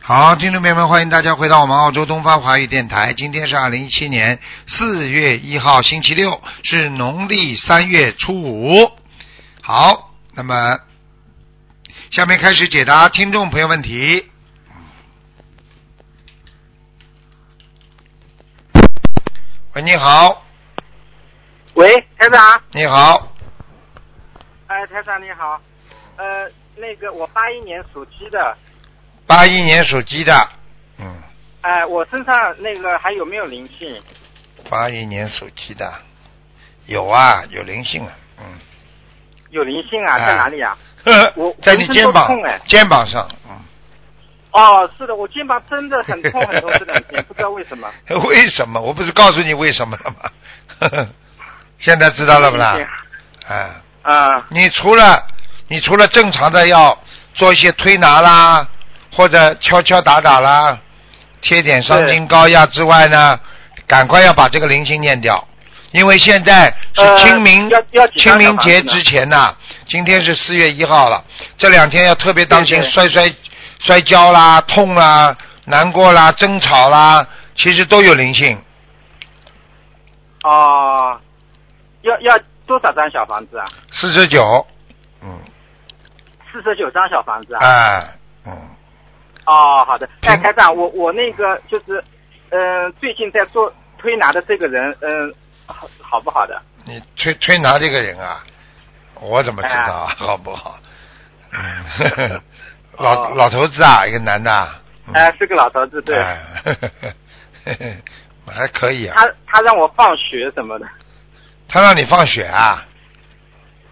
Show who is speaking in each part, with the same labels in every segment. Speaker 1: 好，听众朋友们，欢迎大家回到我们澳洲东方华语电台。今天是二零一七年四月一号，星期六，是农历三月初五。好，那么下面开始解答听众朋友问题。喂，你好，
Speaker 2: 喂，台长。
Speaker 1: 你好，
Speaker 2: 哎、台长你好。呃，那个我八一年属鸡的，
Speaker 1: 八一年属鸡的，嗯，
Speaker 2: 哎、我身上那个还有没有灵性？
Speaker 1: 八一年属鸡的，有啊，有灵性啊，嗯，
Speaker 2: 有灵性啊，
Speaker 1: 哎
Speaker 2: 在哪里啊？
Speaker 1: 呵
Speaker 2: 我
Speaker 1: 在你肩膀
Speaker 2: 浑身都痛哎
Speaker 1: 肩膀上，嗯。
Speaker 2: 哦，是的，我肩膀真的很痛很痛这两天，不知道为什么。
Speaker 1: 为什么？我不是告诉你为什么了吗？ 呵呵现在知道了不啦
Speaker 2: 有灵性？
Speaker 1: 啊，
Speaker 2: 啊、
Speaker 1: 你除了你除了正常的要做一些推拿啦，或者敲敲打打啦，贴点伤筋膏药之外呢，赶快要把这个灵性念掉，因为现在是
Speaker 2: 呃
Speaker 1: 清明、
Speaker 2: 要要几
Speaker 1: 清
Speaker 2: 张小
Speaker 1: 明
Speaker 2: 房
Speaker 1: 节
Speaker 2: 子呢
Speaker 1: 之前呐、今天是四月一号了，这两天要特别当心
Speaker 2: 对对
Speaker 1: 摔摔摔跤啦、痛啦、难过啦、争吵啦，其实都有灵性。
Speaker 2: 哦，要要多少张小房子啊？
Speaker 1: 四十九，嗯，
Speaker 2: 四十九张小房子啊？
Speaker 1: 哎，嗯，
Speaker 2: 哦，好的。哎，
Speaker 1: 平
Speaker 2: 台长，我我那个就是，嗯、最近在做推拿的这个人，嗯、好好不好的？
Speaker 1: 你推推拿这个人啊，我怎么知道啊、 好不好？嗯，呵呵老、
Speaker 2: 哦
Speaker 1: 老头子啊，一个男的啊，嗯
Speaker 2: 哎、是个老头子，对。
Speaker 1: 哎呵呵呵呵哎 还可以啊。
Speaker 2: 他他让我放血什么的，
Speaker 1: 他让你放血啊，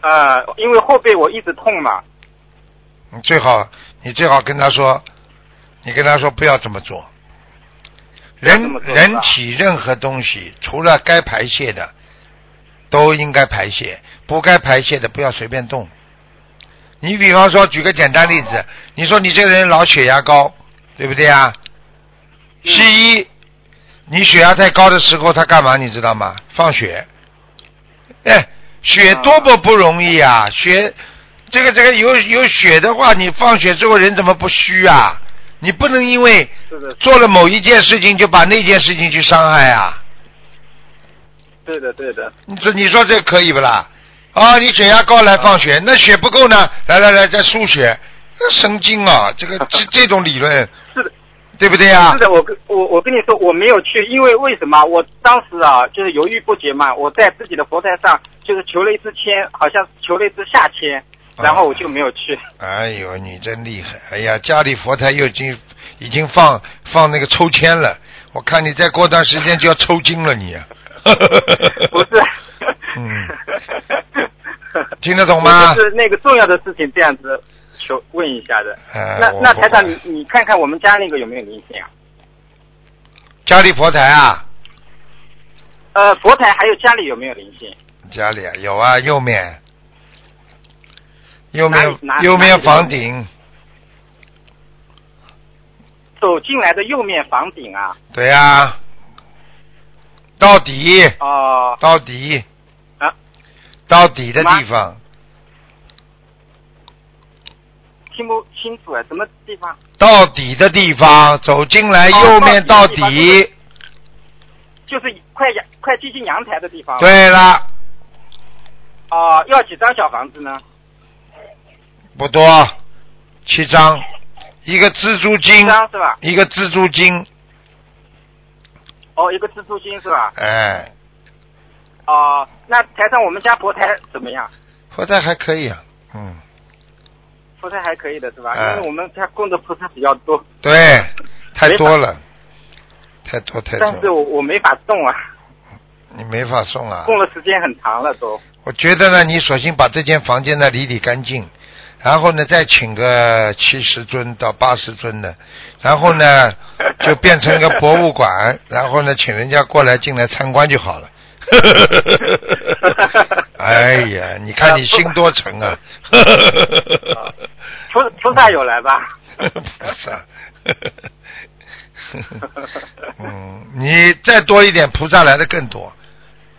Speaker 2: 呃，因为后背我一直痛嘛，
Speaker 1: 你最好你最好跟他说，你跟他说不要这么做。人
Speaker 2: 不要这么做是
Speaker 1: 人
Speaker 2: 吧
Speaker 1: 体任何东西，除了该排泄的，都应该排泄，不该排泄的不要随便动。你比方说，举个简单例
Speaker 2: 啊
Speaker 1: 子，你说你这个人老血压高，对不对啊？
Speaker 2: 嗯
Speaker 1: 西医，你血压太高的时候，他干嘛你知道吗？放血。哎，血多么不容易啊！血，这个这个有有血的话，你放血之后人怎么不虚啊？你不能因为
Speaker 2: 是的，
Speaker 1: 做了某一件事情就把那件事情去伤害啊！
Speaker 2: 对的，对的，
Speaker 1: 你说你说这可以不啦？啊，你血压高来放血，那血不够呢，来来来再输血，这神经啊！这个这这种理论
Speaker 2: 是的，
Speaker 1: 对不对啊？
Speaker 2: 是的，我跟我我跟你说，我没有去，因为为什么？我当时啊，就是犹豫不决嘛，我在自己的佛台上就是求了一支签，好像求了一支下签，
Speaker 1: 啊
Speaker 2: 然后我就没 有去。
Speaker 1: 哎呦，你真厉害！哎呀，家里佛台又已经已经放放那个抽签了，我看你再过段时间就要抽筋了你、啊。
Speaker 2: 不是，
Speaker 1: 嗯，听得懂吗
Speaker 2: 我就是那个重要的事情这样子求问一下的。
Speaker 1: 哎
Speaker 2: 那
Speaker 1: 我
Speaker 2: 那
Speaker 1: 不
Speaker 2: 台长，
Speaker 1: 管
Speaker 2: 你你看看我们家那个有没有灵性啊？
Speaker 1: 家里佛台啊，
Speaker 2: 呃，佛台还有家里有没有灵性？
Speaker 1: 家里啊有啊，右面，右
Speaker 2: 哪
Speaker 1: 面
Speaker 2: 里哪里
Speaker 1: 右面
Speaker 2: 哪里
Speaker 1: 房顶，
Speaker 2: 走进来的右面房顶啊，
Speaker 1: 对啊，到底
Speaker 2: 哦、
Speaker 1: 到底
Speaker 2: 啊，
Speaker 1: 到底的
Speaker 2: 什么
Speaker 1: 地方，
Speaker 2: 听不清楚啊，什么地方？
Speaker 1: 到底的地方，走进来
Speaker 2: 哦
Speaker 1: 右面到底
Speaker 2: 到底的地方就是。就是快阳快接近阳台的地方。。
Speaker 1: 对了，
Speaker 2: 哦、要几张小房子呢？
Speaker 1: 不多，七张，一个蜘蛛
Speaker 2: 一
Speaker 1: 精，
Speaker 2: 张是吧？
Speaker 1: 一个蜘蛛精，
Speaker 2: 哦，一个蜘蛛精是吧？
Speaker 1: 哎，
Speaker 2: 哦、那台上我们家佛台怎么样？
Speaker 1: 佛台还可以啊，嗯，
Speaker 2: 佛台还可以的是吧？
Speaker 1: 哎
Speaker 2: 因为我们家供的菩萨比较多，
Speaker 1: 对，太多了，太多太
Speaker 2: 但是
Speaker 1: 多，
Speaker 2: 我我没法送啊，
Speaker 1: 你没法送啊。
Speaker 2: 供了时间很长了都。
Speaker 1: 我觉得呢，你索性把这间房间呢理理干净，然后呢再请个七十尊到八十尊的，然后呢就变成一个博 物馆， 然后呢请人家过来进来参观就好了。哎呀，你看你心多沉啊！
Speaker 2: 菩菩萨有来吧？
Speaker 1: 不是啊， 嗯， 你再多一点，菩萨来的更多。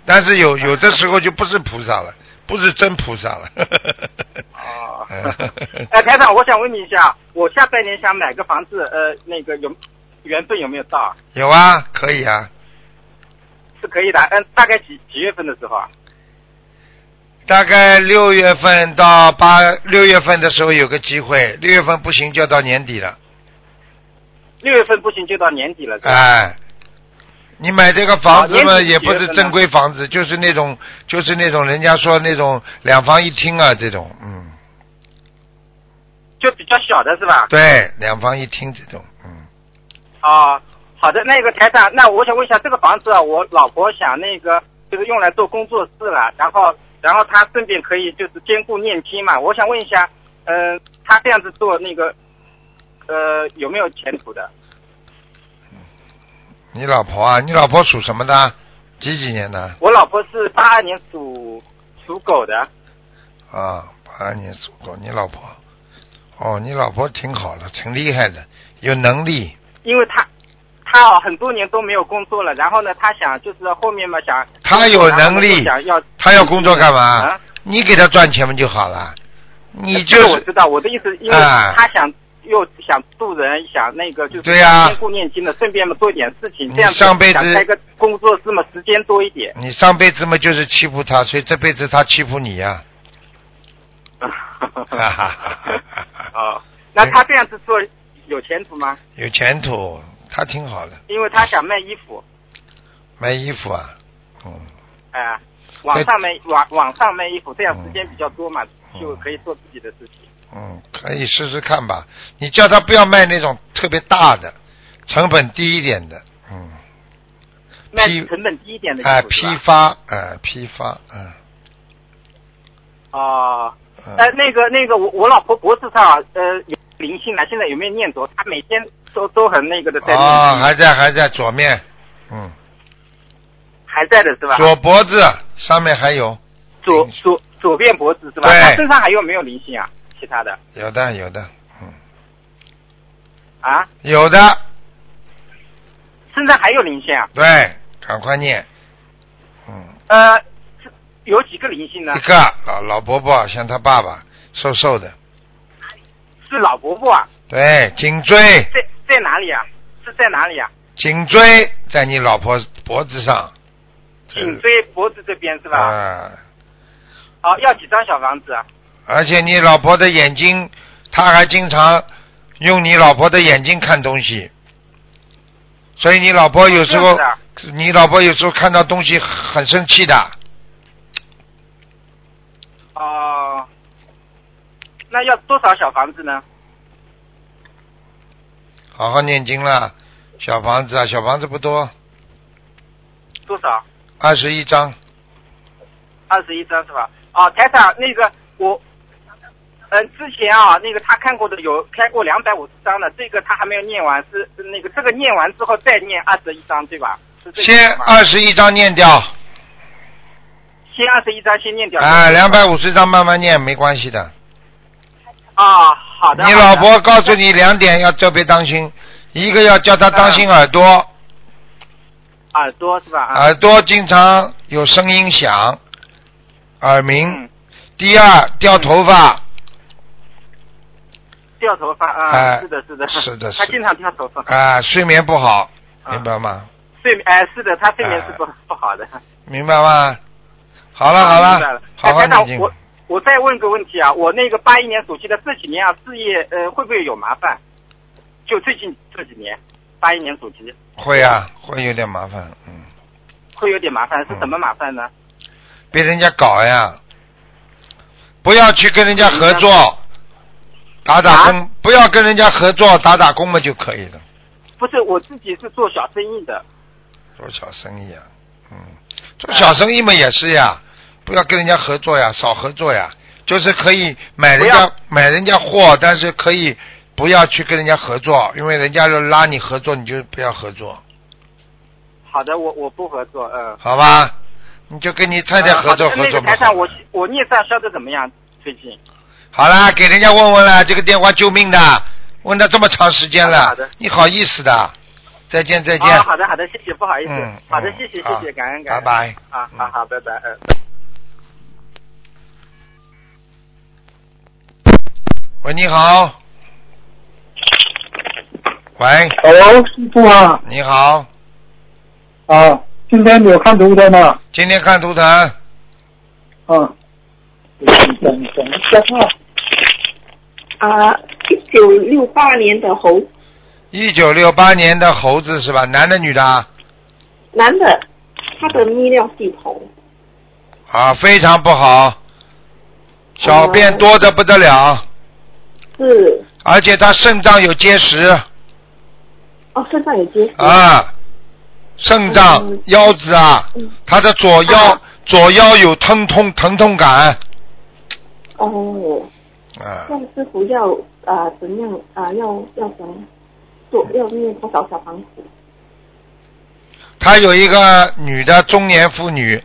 Speaker 1: 但是有有的时候就不是菩萨了，不是真菩萨了。
Speaker 2: 哦，哎，台长，我想问你一下，我下半年想买个房子，呃，那个有缘分有没有到啊？
Speaker 1: 有啊，可以啊，
Speaker 2: 是可以的，嗯，大概几几月份的时候啊？
Speaker 1: 大概六月份到八六月份的时候有个机会，六月份不行就要到年底了。
Speaker 2: 六月份不行就到年底了，是吧？
Speaker 1: 哎，你买这个房子嘛，
Speaker 2: 啊年底
Speaker 1: 也不
Speaker 2: 几
Speaker 1: 是
Speaker 2: 月份呢
Speaker 1: 正规房子，就是那种就是那种人家说那种两房一厅啊这种，嗯，
Speaker 2: 就比较小的是吧？
Speaker 1: 对，两房一厅这种，嗯，
Speaker 2: 啊，好的，那个台长，那我想问一下，这个房子啊，我老婆想那个就是用来做工作室了，然后然后她顺便可以就是兼顾念经嘛，我想问一下，嗯、她这样子做那个，呃，有没有前途的？
Speaker 1: 你老婆啊，你老婆属什么的？几几年的？
Speaker 2: 我老婆是八二年属属狗的，
Speaker 1: 啊，八二年属狗，你老婆，哦，你老婆挺好的，挺厉害的，有能力，
Speaker 2: 因为她她哦很多年都没有工作了，然后呢，她想就是后面嘛想
Speaker 1: 她有能力
Speaker 2: 然后呢就想要
Speaker 1: 她要工作干嘛？
Speaker 2: 啊
Speaker 1: 你给她赚钱不就好了？你就
Speaker 2: 这个我知道，我的意思，因为
Speaker 1: 啊
Speaker 2: 他想、又想渡人，想那个就是
Speaker 1: 对呀
Speaker 2: 兼顾念经的，顺便嘛做点事情，
Speaker 1: 你
Speaker 2: 这样嗯子
Speaker 1: 上辈子
Speaker 2: 想开个工作室嘛，时间多一 点。
Speaker 1: 你上辈子嘛就是欺负她，所以这辈子她欺负你呀、哈哈哈哈哈
Speaker 2: 啊哦，那他这样子做有前途吗？
Speaker 1: 有前途，她挺好的，
Speaker 2: 因为他想卖衣服，
Speaker 1: 卖衣服啊，嗯，
Speaker 2: 哎、网上卖网网上卖衣服，这样时间比较多嘛，
Speaker 1: 嗯
Speaker 2: 就可以做自己的事情。
Speaker 1: 嗯，可以试试看吧。你叫他不要卖那种特别大的，成本低一点的，嗯，
Speaker 2: 卖
Speaker 1: 批
Speaker 2: 成本低一点的衣服
Speaker 1: 哎、
Speaker 2: 是
Speaker 1: 批
Speaker 2: 吧
Speaker 1: 发，哎、批发，嗯、
Speaker 2: 哦，
Speaker 1: 嗯
Speaker 2: 呃，那个那个，我我老婆脖子上呃有灵性了，现在有没有念头？她每天都都很那个的在念
Speaker 1: 哦，
Speaker 2: 经，
Speaker 1: 还在还在左面，嗯，
Speaker 2: 还在的是吧？
Speaker 1: 左脖子上面还有，
Speaker 2: 左左左边脖子是吧？
Speaker 1: 对
Speaker 2: 她身上还有没有灵性啊？其他的
Speaker 1: 有的有的，嗯，
Speaker 2: 啊，
Speaker 1: 有的，
Speaker 2: 身上还有灵性啊？
Speaker 1: 对，赶快念，嗯，
Speaker 2: 呃，是有几个灵性呢
Speaker 1: 一？个老老伯伯像他爸爸，瘦瘦的，
Speaker 2: 是老伯伯啊？
Speaker 1: 对，颈椎
Speaker 2: 在在哪里啊？是在哪里啊？
Speaker 1: 颈椎在你老婆脖子上，
Speaker 2: 颈椎脖子这边是吧？
Speaker 1: 啊，
Speaker 2: 好，要几张小房子啊？
Speaker 1: 而且你老婆的眼睛，他还经常用你老婆的眼睛看东西，所以你老婆有时候
Speaker 2: 这样子，啊
Speaker 1: 你老婆有时候看到东西很生气的。
Speaker 2: 哦，那要多少小房子呢？
Speaker 1: 好好念经啦，小房子啊，小房子不多，
Speaker 2: 多少？
Speaker 1: 二十一张。
Speaker 2: 二十一张是吧？哦，台长，那个我，嗯、之前啊，那个他看过的有开过两百五十张的，这个他还没有念完，是是那个这个念完之后再念二十一张，对吧？是这个意
Speaker 1: 先
Speaker 2: 思吗
Speaker 1: 二十一张念掉，
Speaker 2: 先二十一张先念掉。
Speaker 1: 啊，两百五十张慢慢念，没关系的。
Speaker 2: 啊，好的。
Speaker 1: 你
Speaker 2: 好的
Speaker 1: 老婆告诉你两点要特别当心，一个要叫她当
Speaker 2: 嗯
Speaker 1: 心耳朵，
Speaker 2: 耳朵是吧？啊，
Speaker 1: 耳朵经常有声音响，耳鸣。
Speaker 2: 嗯，
Speaker 1: 第二，掉头发，
Speaker 2: 掉头发啊、
Speaker 1: 哎
Speaker 2: 是的，是的，
Speaker 1: 是的
Speaker 2: 他
Speaker 1: 是的
Speaker 2: 经常掉头发。
Speaker 1: 啊、睡眠不好，
Speaker 2: 嗯啊
Speaker 1: 明白吗？
Speaker 2: 睡眠哎，是的，他睡眠是不、不好的。
Speaker 1: 明白吗？好了啊好
Speaker 2: 嗯明白了
Speaker 1: 好好
Speaker 2: 哎，台
Speaker 1: 念
Speaker 2: 长，
Speaker 1: 经。
Speaker 2: 我我再问个问题啊，我那个八一年暑期的这几年啊，事业呃会不会有麻烦？就最近这几年，八一年暑期
Speaker 1: 会啊，会有点麻烦，嗯，
Speaker 2: 会有点麻烦，是什么麻烦呢？
Speaker 1: 被人家搞呀，不要去跟人家合作，
Speaker 2: 嗯
Speaker 1: 打打工，
Speaker 2: 啊
Speaker 1: 不要跟人家合作，打打工嘛就可以了，
Speaker 2: 不是，我自己是做小生意的，
Speaker 1: 做小生意啊，嗯，做小生意嘛也是呀，不要跟人家合作呀，少合作呀，就是可以买人
Speaker 2: 不
Speaker 1: 家
Speaker 2: 要
Speaker 1: 买人家货，但是可以不要去跟人家合作，因为人家要拉你合作，你就不要合作，
Speaker 2: 好的，我我不合作，嗯。
Speaker 1: 好吧？你就跟你太太
Speaker 2: 嗯
Speaker 1: 合作、合
Speaker 2: 好的那
Speaker 1: 作
Speaker 2: 个
Speaker 1: 嘛
Speaker 2: 台
Speaker 1: 好
Speaker 2: 上
Speaker 1: 了
Speaker 2: 我我孽障消的怎么样？最近
Speaker 1: 好啦，给人家问问啦，这个电话救命的，问他这么长时间了，
Speaker 2: 啊好的好的
Speaker 1: 你好意思的？再见再见，
Speaker 2: 啊，好的好的，谢谢，不好意思，
Speaker 1: 嗯，
Speaker 2: 好的
Speaker 1: 嗯，
Speaker 2: 谢谢谢
Speaker 1: 啊
Speaker 2: 谢，感恩感
Speaker 1: 拜
Speaker 2: 恩，
Speaker 1: 拜。
Speaker 2: 啊，好好，拜拜，嗯。
Speaker 1: 喂，你好。喂，
Speaker 3: Hello，师傅啊，
Speaker 1: 你好，
Speaker 3: 啊，今天你有看图腾吗？
Speaker 1: 今天看图腾，
Speaker 3: 啊，等等等啊，
Speaker 4: 啊，一九六八年的猴，
Speaker 1: 一九六八年的猴子是吧？男的女的啊？
Speaker 4: 男的，他的泌尿系统
Speaker 1: 啊，非常不好，小便多的不得了，
Speaker 4: 是
Speaker 1: 而且他肾脏有结石
Speaker 4: 哦，肾脏有结石，
Speaker 1: 啊，肾脏
Speaker 4: 嗯
Speaker 1: 腰子啊，
Speaker 4: 嗯
Speaker 1: 他的左腰
Speaker 4: 啊
Speaker 1: 左腰有疼痛疼痛感，
Speaker 4: 哦，
Speaker 1: 啊，
Speaker 4: 像师傅要啊、怎样啊、要要怎么做？要念多少小房子？
Speaker 1: 他有一个女的中年妇女，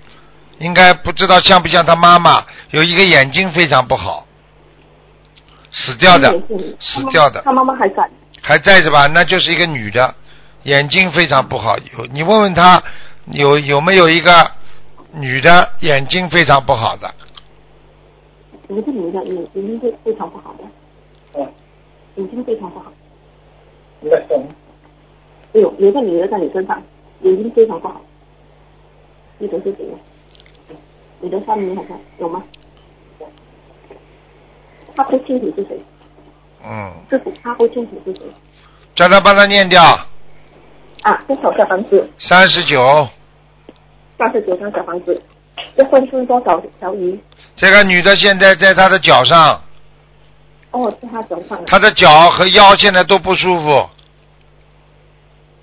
Speaker 1: 应该不知道像不像他妈妈，有一个眼睛非常不好，死掉的，
Speaker 4: 嗯
Speaker 1: 死掉的
Speaker 4: 他妈妈还在，
Speaker 1: 还在是吧？那就是一个女的，眼睛非常不好。有你问问她有有没有一个女的眼睛非常不好的？
Speaker 4: 你这女的眼眼睛非非常不好的，
Speaker 3: 啊，
Speaker 4: 眼睛非常不好。
Speaker 3: 你在等，
Speaker 4: 有有一个女的在哎你身上，眼睛非常不好。你的是怎样？你的三名好像有吗？他不清楚是谁，
Speaker 1: 嗯，
Speaker 4: 是谁？他不清楚是谁
Speaker 1: 叫她帮她念掉
Speaker 4: 啊？多少小房子？
Speaker 1: 三十九。
Speaker 4: 三十九张小房子，这算是多少条鱼？
Speaker 1: 这个女的现在在她的脚上，
Speaker 4: 哦，在他脚上啊。
Speaker 1: 她的脚和腰现在都不舒服，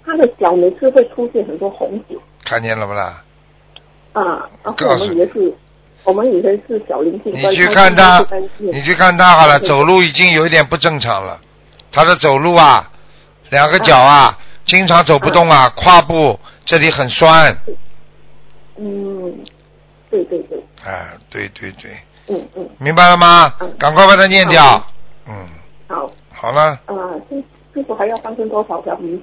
Speaker 4: 他的脚每次会出现很多红点
Speaker 1: 看见了不啦？
Speaker 4: 啊，然后
Speaker 1: 告
Speaker 4: 我
Speaker 1: 诉
Speaker 4: 们以为是，我们以为是小灵性。
Speaker 1: 你去看她，你去看她好了，
Speaker 4: 对
Speaker 1: 走路已经有一点不正常了。她的走路啊，两个脚啊，经常走不动啊，胯部这里很酸。
Speaker 4: 嗯，对对对，
Speaker 1: 啊，对啊对对，
Speaker 4: 嗯嗯，
Speaker 1: 明白了吗？
Speaker 4: 嗯
Speaker 1: 赶快把它念掉。嗯，
Speaker 4: 好。
Speaker 1: 好了，
Speaker 4: 啊，这师傅还要放生多少条嗯鱼？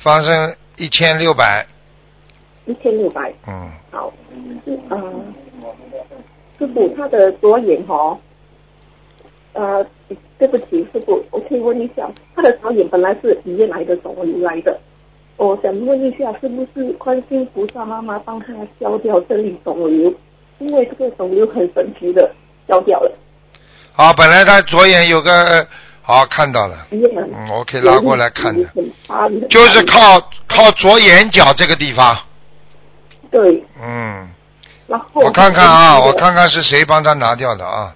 Speaker 1: 放生一千六百。
Speaker 4: 一千六百。
Speaker 1: 嗯，
Speaker 4: 好，嗯、师傅他的左眼哦，呃，对不起，师傅，我可以问一下，他的左眼本来是医院来的，肿瘤来的，我想问一下，是不是观世音菩萨妈妈帮他消掉这里肿瘤？因为这个肿瘤很神奇的消掉了，
Speaker 1: 好，本来他左眼有个，好看到了，
Speaker 4: 医院来
Speaker 1: 嗯，我可以拉过来看的，
Speaker 4: 的
Speaker 1: 就是靠靠左眼角这个地方。
Speaker 4: 对，
Speaker 1: 嗯，
Speaker 4: 然后
Speaker 1: 我看看啊，我看看是谁帮他拿掉的啊？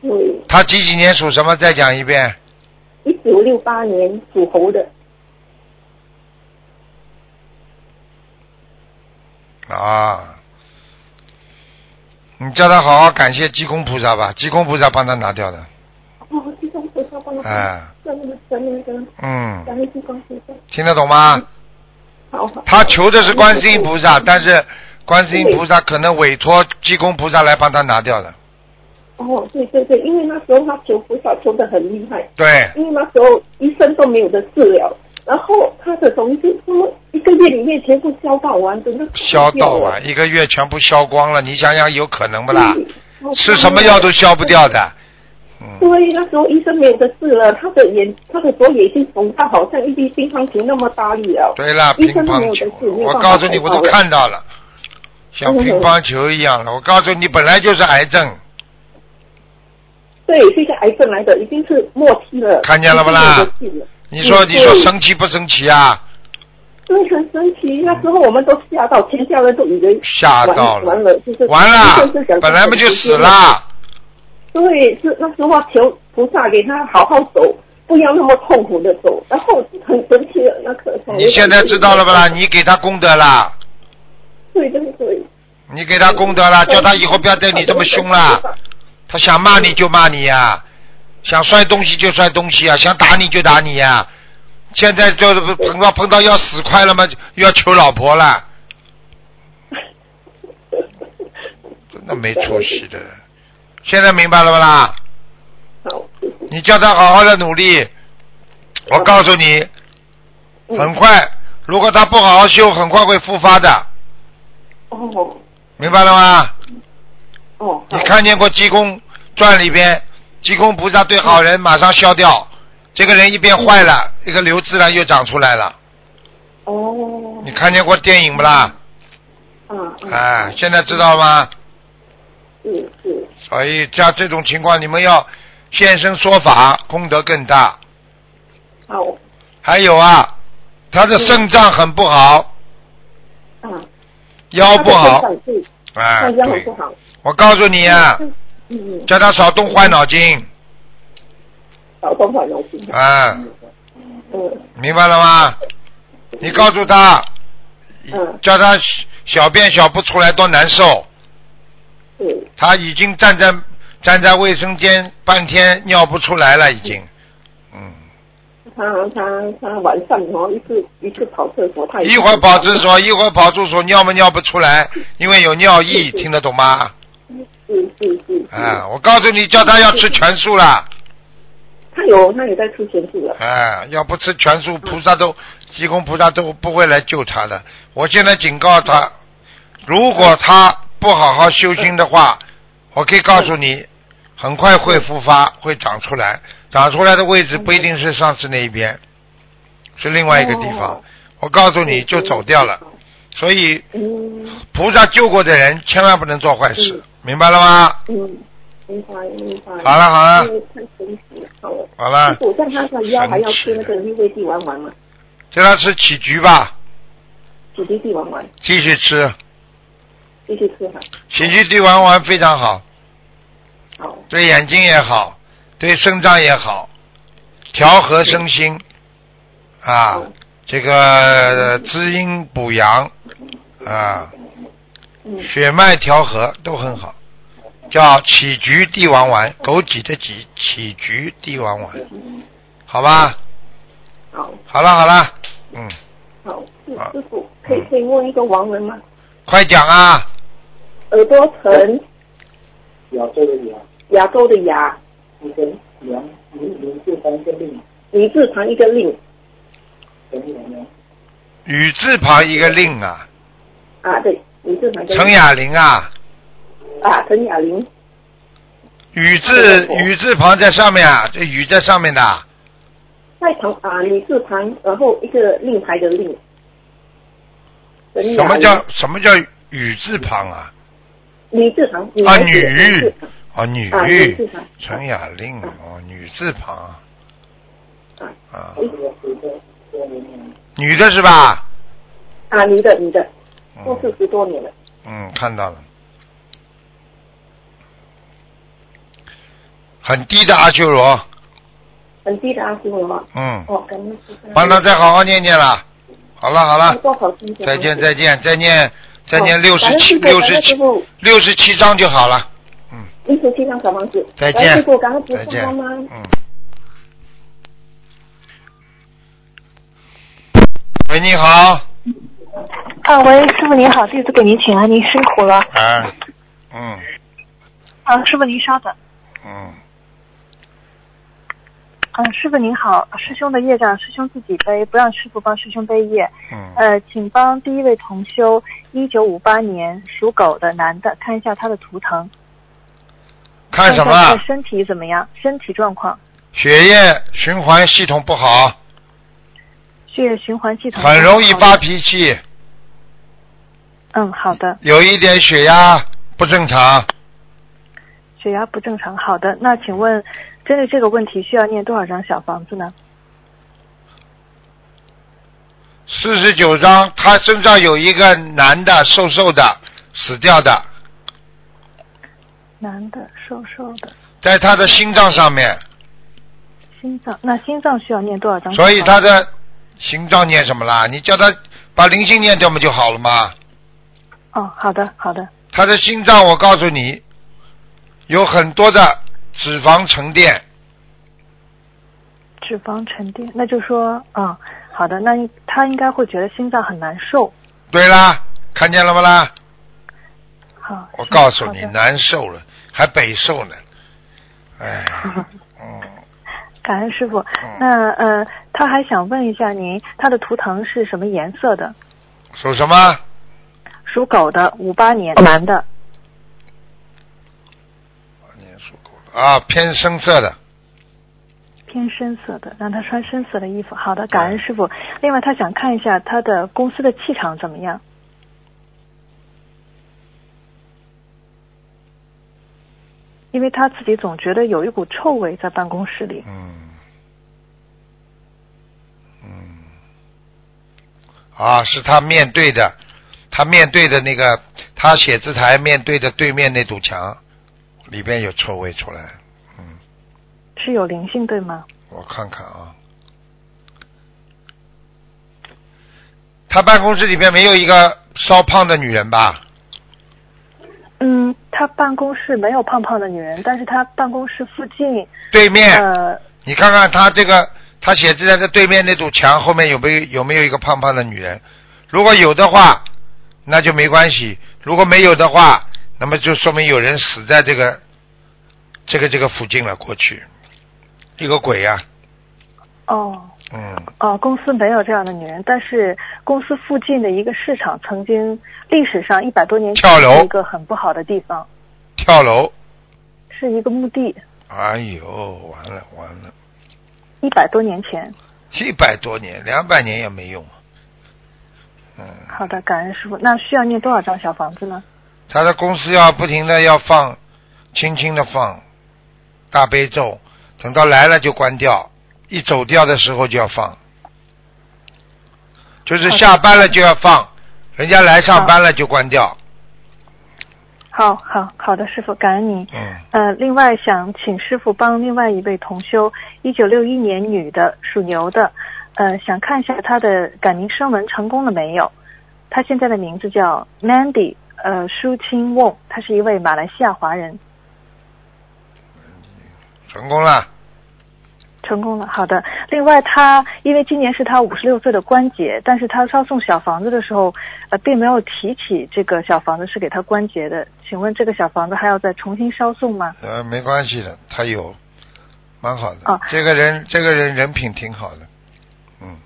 Speaker 4: 对。
Speaker 1: 他几几年属什么？再讲一遍。
Speaker 4: 一九六八年属猴的，
Speaker 1: 啊，你叫他好好感谢济公菩萨吧，济公菩萨帮他拿掉的。
Speaker 4: 哦，地藏菩萨帮我
Speaker 1: 哎，
Speaker 4: 上那个上那个
Speaker 1: 嗯，
Speaker 4: 上那地藏菩萨，
Speaker 1: 听得懂吗？
Speaker 4: 好好。
Speaker 1: 他求的是观世音菩萨，但是观世音菩萨可能委托济公菩萨来帮他拿掉的。
Speaker 4: 哦，对对对，因为那时候他求菩萨求的很厉害，
Speaker 1: 对，
Speaker 4: 因为那时候医生都没有的治疗，然后他的东西说一个月里面全部消化完，整个
Speaker 1: 消到
Speaker 4: 完
Speaker 1: 完，一个月全部消光了，你想想有可能不啦？
Speaker 4: 嗯
Speaker 1: 吃什么药都消不掉的。嗯，
Speaker 4: 对，那时候医生没有的治了，他的眼他的左眼已经肿到好像一粒乒乓球那么大力了。
Speaker 1: 对了，
Speaker 4: 医
Speaker 1: 乒
Speaker 4: 生都没有
Speaker 1: 乓
Speaker 4: 的
Speaker 1: 球
Speaker 4: 治，，没有
Speaker 1: 我
Speaker 4: 办法
Speaker 1: 告诉你，
Speaker 4: 开
Speaker 1: 我都
Speaker 4: 刀了
Speaker 1: 看到了，像
Speaker 4: 嗯
Speaker 1: 乒乓球一样了。我告诉你，本来就是癌症，
Speaker 4: 对，是一个癌症来的，已经是末期了。
Speaker 1: 看见了不啦
Speaker 4: 已经有得治了
Speaker 1: 你说
Speaker 4: 嗯
Speaker 1: 你说
Speaker 4: 对
Speaker 1: 生气不生气啊？
Speaker 4: 对，很神奇。那时候我们都吓到，全家人都以为
Speaker 1: 吓到
Speaker 4: 完完了，就是
Speaker 1: 完
Speaker 4: 医生就
Speaker 1: 了
Speaker 4: 讲，
Speaker 1: 本来不就死
Speaker 4: 了？
Speaker 1: 啦？
Speaker 4: 对，是那时候求菩萨给他好好走，不要那么痛苦的走。然后很神奇的那个。
Speaker 1: 你现
Speaker 4: 哎
Speaker 1: 在知道了不啦？你给他功德啦。
Speaker 4: 对对对。
Speaker 1: 你给他功
Speaker 4: 哎
Speaker 1: 德了，叫他以后不要对你这么凶啦。他想骂你就骂你呀、想摔东西就摔东西呀、想打你就打你呀、现在就是碰到碰到要死快了吗？又要求老婆了，真的没出息的。现在明白了不啦？
Speaker 4: 好，
Speaker 1: 你叫他好好的努力，我告诉你，
Speaker 4: 嗯
Speaker 1: 很快，如果他不好好修，很快会复发的，
Speaker 4: 哦
Speaker 1: 明白了吗？
Speaker 4: 哦，好
Speaker 1: 你看见过济公传里边，济公菩萨对好人马上消掉，这个人一变坏了，这个瘤自然又长出来了。
Speaker 4: 哦
Speaker 1: 你，看见过电影不啦？
Speaker 4: 啊，嗯
Speaker 1: 哎，，现在知道吗？
Speaker 4: 是是，
Speaker 1: 所以像这种情况，你们要现身说法，功德更大。
Speaker 4: 好，
Speaker 1: 还有啊，他的肾脏很不好，
Speaker 4: 啊，
Speaker 1: 腰不好，
Speaker 4: 他的身上
Speaker 1: 哎，
Speaker 4: 是，腰很
Speaker 1: 对
Speaker 4: 不，好。
Speaker 1: 我告诉你啊，
Speaker 4: 嗯嗯，
Speaker 1: 叫他少动坏脑筋，
Speaker 4: 老公好老心，
Speaker 1: 啊，
Speaker 4: 嗯
Speaker 1: 明白了吗？你告诉他，
Speaker 4: 嗯
Speaker 1: 叫他小小便小不出来多难受，
Speaker 4: 是，
Speaker 1: 他已经站在站在卫生间半天尿不出来了，已经，嗯，
Speaker 4: 他他他晚上哦，一次一次跑厕所，他
Speaker 1: 一会儿跑厕，所，一会儿跑厕所，尿么尿不出来，因为有尿意，听得懂吗？
Speaker 4: 嗯是是是，
Speaker 1: 啊，，我告诉你，叫他要吃全素了。
Speaker 4: 他有他也在吃全素了，
Speaker 1: 哎，要不吃全素，菩萨都济公菩萨都不会来救他的。我现在警告
Speaker 4: 嗯
Speaker 1: 他，如果他不好好修心的
Speaker 4: 嗯
Speaker 1: 话，我可以告诉你，很快会复发，
Speaker 4: 嗯
Speaker 1: 会长出来。长出来的位置不一定是上次那一边，是另外一个地方
Speaker 4: 哦。
Speaker 1: 我告诉你，就走掉了。所以
Speaker 4: 嗯
Speaker 1: 菩萨救过的人，千万不能做坏事
Speaker 4: 嗯，
Speaker 1: 明白了吗？
Speaker 4: 嗯，明白明白。
Speaker 1: 好了啊好了
Speaker 4: 因为太神奇了，好了。
Speaker 1: 好了
Speaker 4: 师，傅，像他的腰还要吃那个六味地黄丸吗？
Speaker 1: 叫他吃杞菊吧，
Speaker 4: 几滴地黄丸
Speaker 1: 继续吃，
Speaker 4: 继续吃哈。
Speaker 1: 杞菊地黄丸非常好。
Speaker 4: 好，
Speaker 1: 对眼睛也好，对肾脏也好，调和身心啊
Speaker 4: 嗯，
Speaker 1: 这个呃滋阴补阳啊，
Speaker 4: 嗯，
Speaker 1: 血脉调和都很好，叫杞菊地黄丸，枸杞的杞，杞菊地黄丸，好吧？
Speaker 4: 嗯好
Speaker 1: 好了好了，嗯，
Speaker 4: 好，师
Speaker 1: 好
Speaker 4: 师傅可以可以问一个王文吗？
Speaker 1: 快讲啊，
Speaker 4: 耳朵疼，
Speaker 3: 亚洲的亚，
Speaker 4: 牙周的牙，
Speaker 3: 啊一个梁，林林字旁一个令，
Speaker 4: 女字旁一个令
Speaker 3: 等两梁，
Speaker 1: 雨字旁一个令啊，
Speaker 4: 啊，对，女字旁一个
Speaker 1: 陈
Speaker 4: 令
Speaker 1: 雅玲啊，
Speaker 4: 啊，陈雅玲
Speaker 1: 雨字
Speaker 4: 陈雅玲
Speaker 1: 雨字旁在上面啊，这雨在上面的啊。
Speaker 4: 在旁啊，女字旁，然后一个令牌的令。陈
Speaker 1: 什
Speaker 4: 雅
Speaker 1: 么
Speaker 4: 玲
Speaker 1: 叫什么叫雨字旁啊？
Speaker 4: 女字旁？女
Speaker 1: 啊，
Speaker 4: 孩子的
Speaker 1: 女
Speaker 4: 字旁
Speaker 1: 啊，女
Speaker 4: 啊女字旁
Speaker 1: 陈雅令
Speaker 4: 啊
Speaker 1: 哦，女字旁啊
Speaker 4: 啊
Speaker 1: 啊，
Speaker 3: 这个是一个多年梁，
Speaker 1: 女的是吧？
Speaker 4: 啊，女的女的，过四
Speaker 1: 嗯
Speaker 4: 十多年了。
Speaker 1: 嗯，看到了，很低的阿修罗，
Speaker 4: 很低的啊阿修罗。
Speaker 1: 嗯，
Speaker 4: 哦，感恩师傅。
Speaker 1: 帮他再好好念念了。好了好了，
Speaker 4: 多少金钱？
Speaker 1: 啊再见再见再念再念
Speaker 4: 哦
Speaker 1: 六
Speaker 4: 感
Speaker 1: 十
Speaker 4: 恩
Speaker 1: 七
Speaker 4: 师傅
Speaker 1: 六十
Speaker 4: 感恩
Speaker 1: 七
Speaker 4: 师傅
Speaker 1: 六十七章就好了。嗯，
Speaker 4: 一直去上小房子。
Speaker 1: 再
Speaker 4: 感恩
Speaker 1: 见
Speaker 4: 师傅，感恩菩
Speaker 1: 再见
Speaker 4: 萨妈妈。
Speaker 1: 嗯。
Speaker 4: 嗯
Speaker 1: 喂，你好。
Speaker 5: 啊，喂，师傅您好，弟子给您请安，您辛苦了。
Speaker 1: 哎，嗯
Speaker 5: 啊，师傅您稍等。
Speaker 1: 嗯，
Speaker 5: 嗯，师傅您好，师兄的业障师兄自己背，不让师傅帮师兄背业。
Speaker 1: 嗯，
Speaker 5: 呃，请帮第一位同修，一九五八年属狗的男的，看一下他的图腾，
Speaker 1: 看什
Speaker 5: 一下他
Speaker 1: 么啊
Speaker 5: 的？身体怎么样？身体状况，
Speaker 1: 血液循环系统不好，
Speaker 5: 血液循环系统
Speaker 1: 很容易
Speaker 5: 不好
Speaker 1: 发。脾气，
Speaker 5: 嗯，好的，
Speaker 1: 有一点血压不正常，
Speaker 5: 血压不正常。好的，那请问，针对这个问题需要念多少张小房子呢？
Speaker 1: 四十九章，他身上有一个男的，瘦瘦的，死掉的，
Speaker 5: 男的，瘦瘦的，
Speaker 1: 在他的心脏上面，
Speaker 5: 心脏，那心脏需要念多少张小
Speaker 1: 所
Speaker 5: 房子？
Speaker 1: 以他的心脏念什么啦？你叫他把灵性念掉不就好了吗？
Speaker 5: 哦，好的，好的。
Speaker 1: 他的心脏，我告诉你，有很多的脂肪沉淀，
Speaker 5: 脂肪沉淀，那就说，嗯，好的，那应他应该会觉得心脏很难受。
Speaker 1: 对啦，看见了不啦？
Speaker 5: 好，
Speaker 1: 我
Speaker 5: 是
Speaker 1: 告诉你，
Speaker 5: 好的
Speaker 1: 难受了，还北受呢，哎， 嗯，
Speaker 5: 感恩师傅。那呃，他还想问一下您，他的图腾是什么颜色的？
Speaker 1: 属什么？
Speaker 5: 属狗的，五八年，男的。
Speaker 1: 年属狗的啊，偏深色的，
Speaker 5: 偏深色的，让他穿深色的衣服。好的，感恩师傅。另外，他想看一下他的公司的气场怎么样。因为他自己总觉得有一股臭味在办公室里，
Speaker 1: 嗯，嗯，啊，是他面对的，他面对的那个，他写字台面对的对面那堵墙，里边有臭味出来，嗯，
Speaker 5: 是有灵性对吗？
Speaker 1: 我看看啊，他办公室里边没有一个稍胖的女人吧？
Speaker 5: 嗯，他办公室没有胖胖的女人，但是他办公室附近，
Speaker 1: 对面，
Speaker 5: 呃，
Speaker 1: 你看看他这个，他写字台的对面那堵墙后面有没有有没有一个胖胖的女人？如果有的话，那就没关系；如果没有的话，那么就说明有人死在这个这个这个附近了。过去一个鬼呀、
Speaker 5: 哦
Speaker 1: 嗯，
Speaker 5: 哦，公司没有这样的女人，但是公司附近的一个市场曾经历史上一百多年前
Speaker 1: 跳楼
Speaker 5: 是一个很不好的地方，
Speaker 1: 跳楼，
Speaker 5: 是一个墓地，
Speaker 1: 哎呦，完了完了，
Speaker 5: 一百多年前。
Speaker 1: 一百多年，两百年也没用。啊嗯，
Speaker 5: 好的，感恩师傅。那需要念多少张小房子呢？
Speaker 1: 他的公司要不停的要放，轻轻的放大悲咒，等到来了就关掉，一走掉的时候就要放，就是
Speaker 5: 哦
Speaker 1: 下班了就要放，人家来上班了就关掉。
Speaker 5: 哦好好好的，师傅，感恩您。
Speaker 1: 嗯，
Speaker 5: 呃，另外想请师傅帮另外一位同修，一九六一年女的，属牛的，呃，想看一下她的改名声纹成功了没有？她现在的名字叫 Mandy，呃，舒清瓮，她是一位马来西亚华人，
Speaker 1: 成功了，
Speaker 5: 成功了。好的，另外她因为今年是她五十六岁的关节，但是她烧送小房子的时候，呃，并没有提起这个小房子是给她关节的，请问这个小房子还要再重新烧送吗？
Speaker 1: 呃，没关系的，他有，蛮好的。
Speaker 5: 哦
Speaker 1: 这个人，这个人人品挺好的，嗯，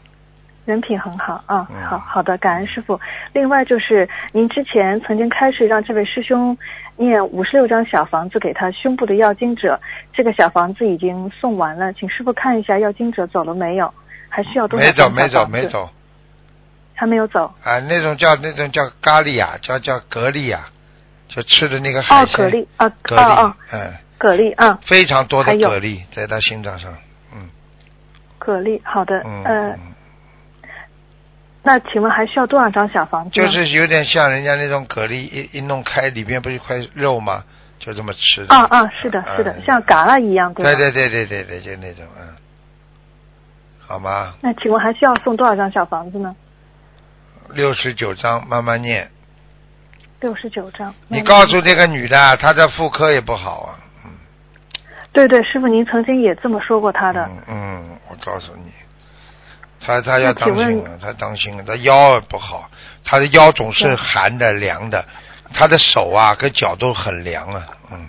Speaker 5: 人品很好啊
Speaker 1: 嗯，
Speaker 5: 好好的，感恩师傅。另外就是您之前曾经开始让这位师兄念五十六张小房子给他胸部的要经者，这个小房子已经送完了，请师傅看一下要经者走了没有，还需要多少
Speaker 1: 没走
Speaker 5: 张小
Speaker 1: 没走
Speaker 5: 房子
Speaker 1: 没，走
Speaker 5: 还没有走。
Speaker 1: 啊，那种叫那种叫咖喱呀、叫叫蛤蜊呀、就吃的那个海
Speaker 5: 哦，
Speaker 1: 鲜。
Speaker 5: 蛤蜊啊，
Speaker 1: 蛤
Speaker 5: 哦
Speaker 1: 蜊，
Speaker 5: 哦，
Speaker 1: 嗯，
Speaker 5: 蛤蜊啊，
Speaker 1: 非常多的
Speaker 5: 还有
Speaker 1: 蛤蜊在他心脏上，嗯
Speaker 5: 蛤蜊，好的，
Speaker 1: 嗯，
Speaker 5: 呃
Speaker 1: 嗯，
Speaker 5: 那请问还需要多少张小房子呢？
Speaker 1: 就是有点像人家那种蛤蜊一一弄开，里面不是一块肉吗？就这么吃的。
Speaker 5: 啊啊，是的，是的，
Speaker 1: 嗯
Speaker 5: 像嘎啦一样，对吧？
Speaker 1: 对对对对对对，就那种，嗯，好吗？
Speaker 5: 那请问还需要送多少张小房子呢？
Speaker 1: 六十九章慢慢念。
Speaker 5: 六十九张。
Speaker 1: 你
Speaker 5: 嗯
Speaker 1: 告诉这个女的，她的妇科也不好啊。
Speaker 5: 对对，师傅您曾经也这么说过他的。
Speaker 1: 嗯嗯，我告诉你，她她要当
Speaker 5: 那
Speaker 1: 心
Speaker 5: 请
Speaker 1: 了，她当心了，她腰也不好，她的腰总是
Speaker 5: 对
Speaker 1: 寒的、凉的，她的手啊跟脚都很凉啊，嗯。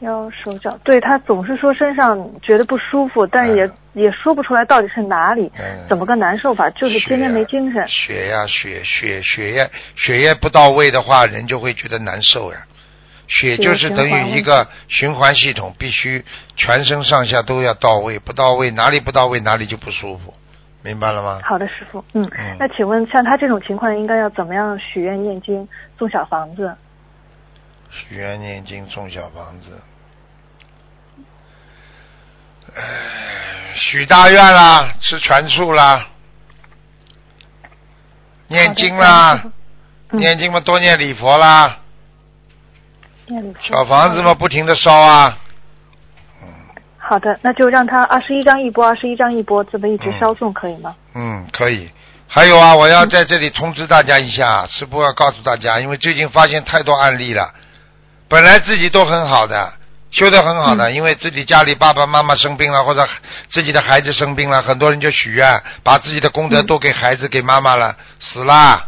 Speaker 5: 腰手脚，对他总是说身上觉得不舒服，但也、
Speaker 1: 嗯
Speaker 5: 也说不出来到底是哪里，
Speaker 1: 嗯
Speaker 5: 怎么个难受法，就是天天没精神。
Speaker 1: 血呀、血血血液血液不到位的话，人就会觉得难受呀。血就是等于一个循环系统，必须全身上下都要到位，不到位哪里不到位哪里就不舒服，明白了吗？
Speaker 5: 好的，师傅，嗯，
Speaker 1: 嗯
Speaker 5: 那请问像他这种情况，应该要怎么样许愿念经送小房子？
Speaker 1: 许愿念经种小房子，唉许大愿啦，吃全素啦，念经
Speaker 5: 好的
Speaker 1: 啦，
Speaker 5: 嗯
Speaker 1: 念经嘛多念礼佛啦，
Speaker 5: 念礼佛嗯
Speaker 1: 小房子嘛不停的烧啊。
Speaker 5: 好的，那就让他二十一张一波，二十一张一波，这么一直
Speaker 1: 嗯
Speaker 5: 烧送可以吗？
Speaker 1: 嗯，可以。还有啊，我要在这里通知大家一下，师傅要告诉大家，因为最近发现太多案例了，本来自己都很好的，修得很好
Speaker 5: 嗯
Speaker 1: 的，因为自己家里爸爸妈妈生病了，或者自己的孩子生病了，很多人就许愿，把自己的功德
Speaker 5: 嗯
Speaker 1: 都给孩子、给妈妈了，死啦，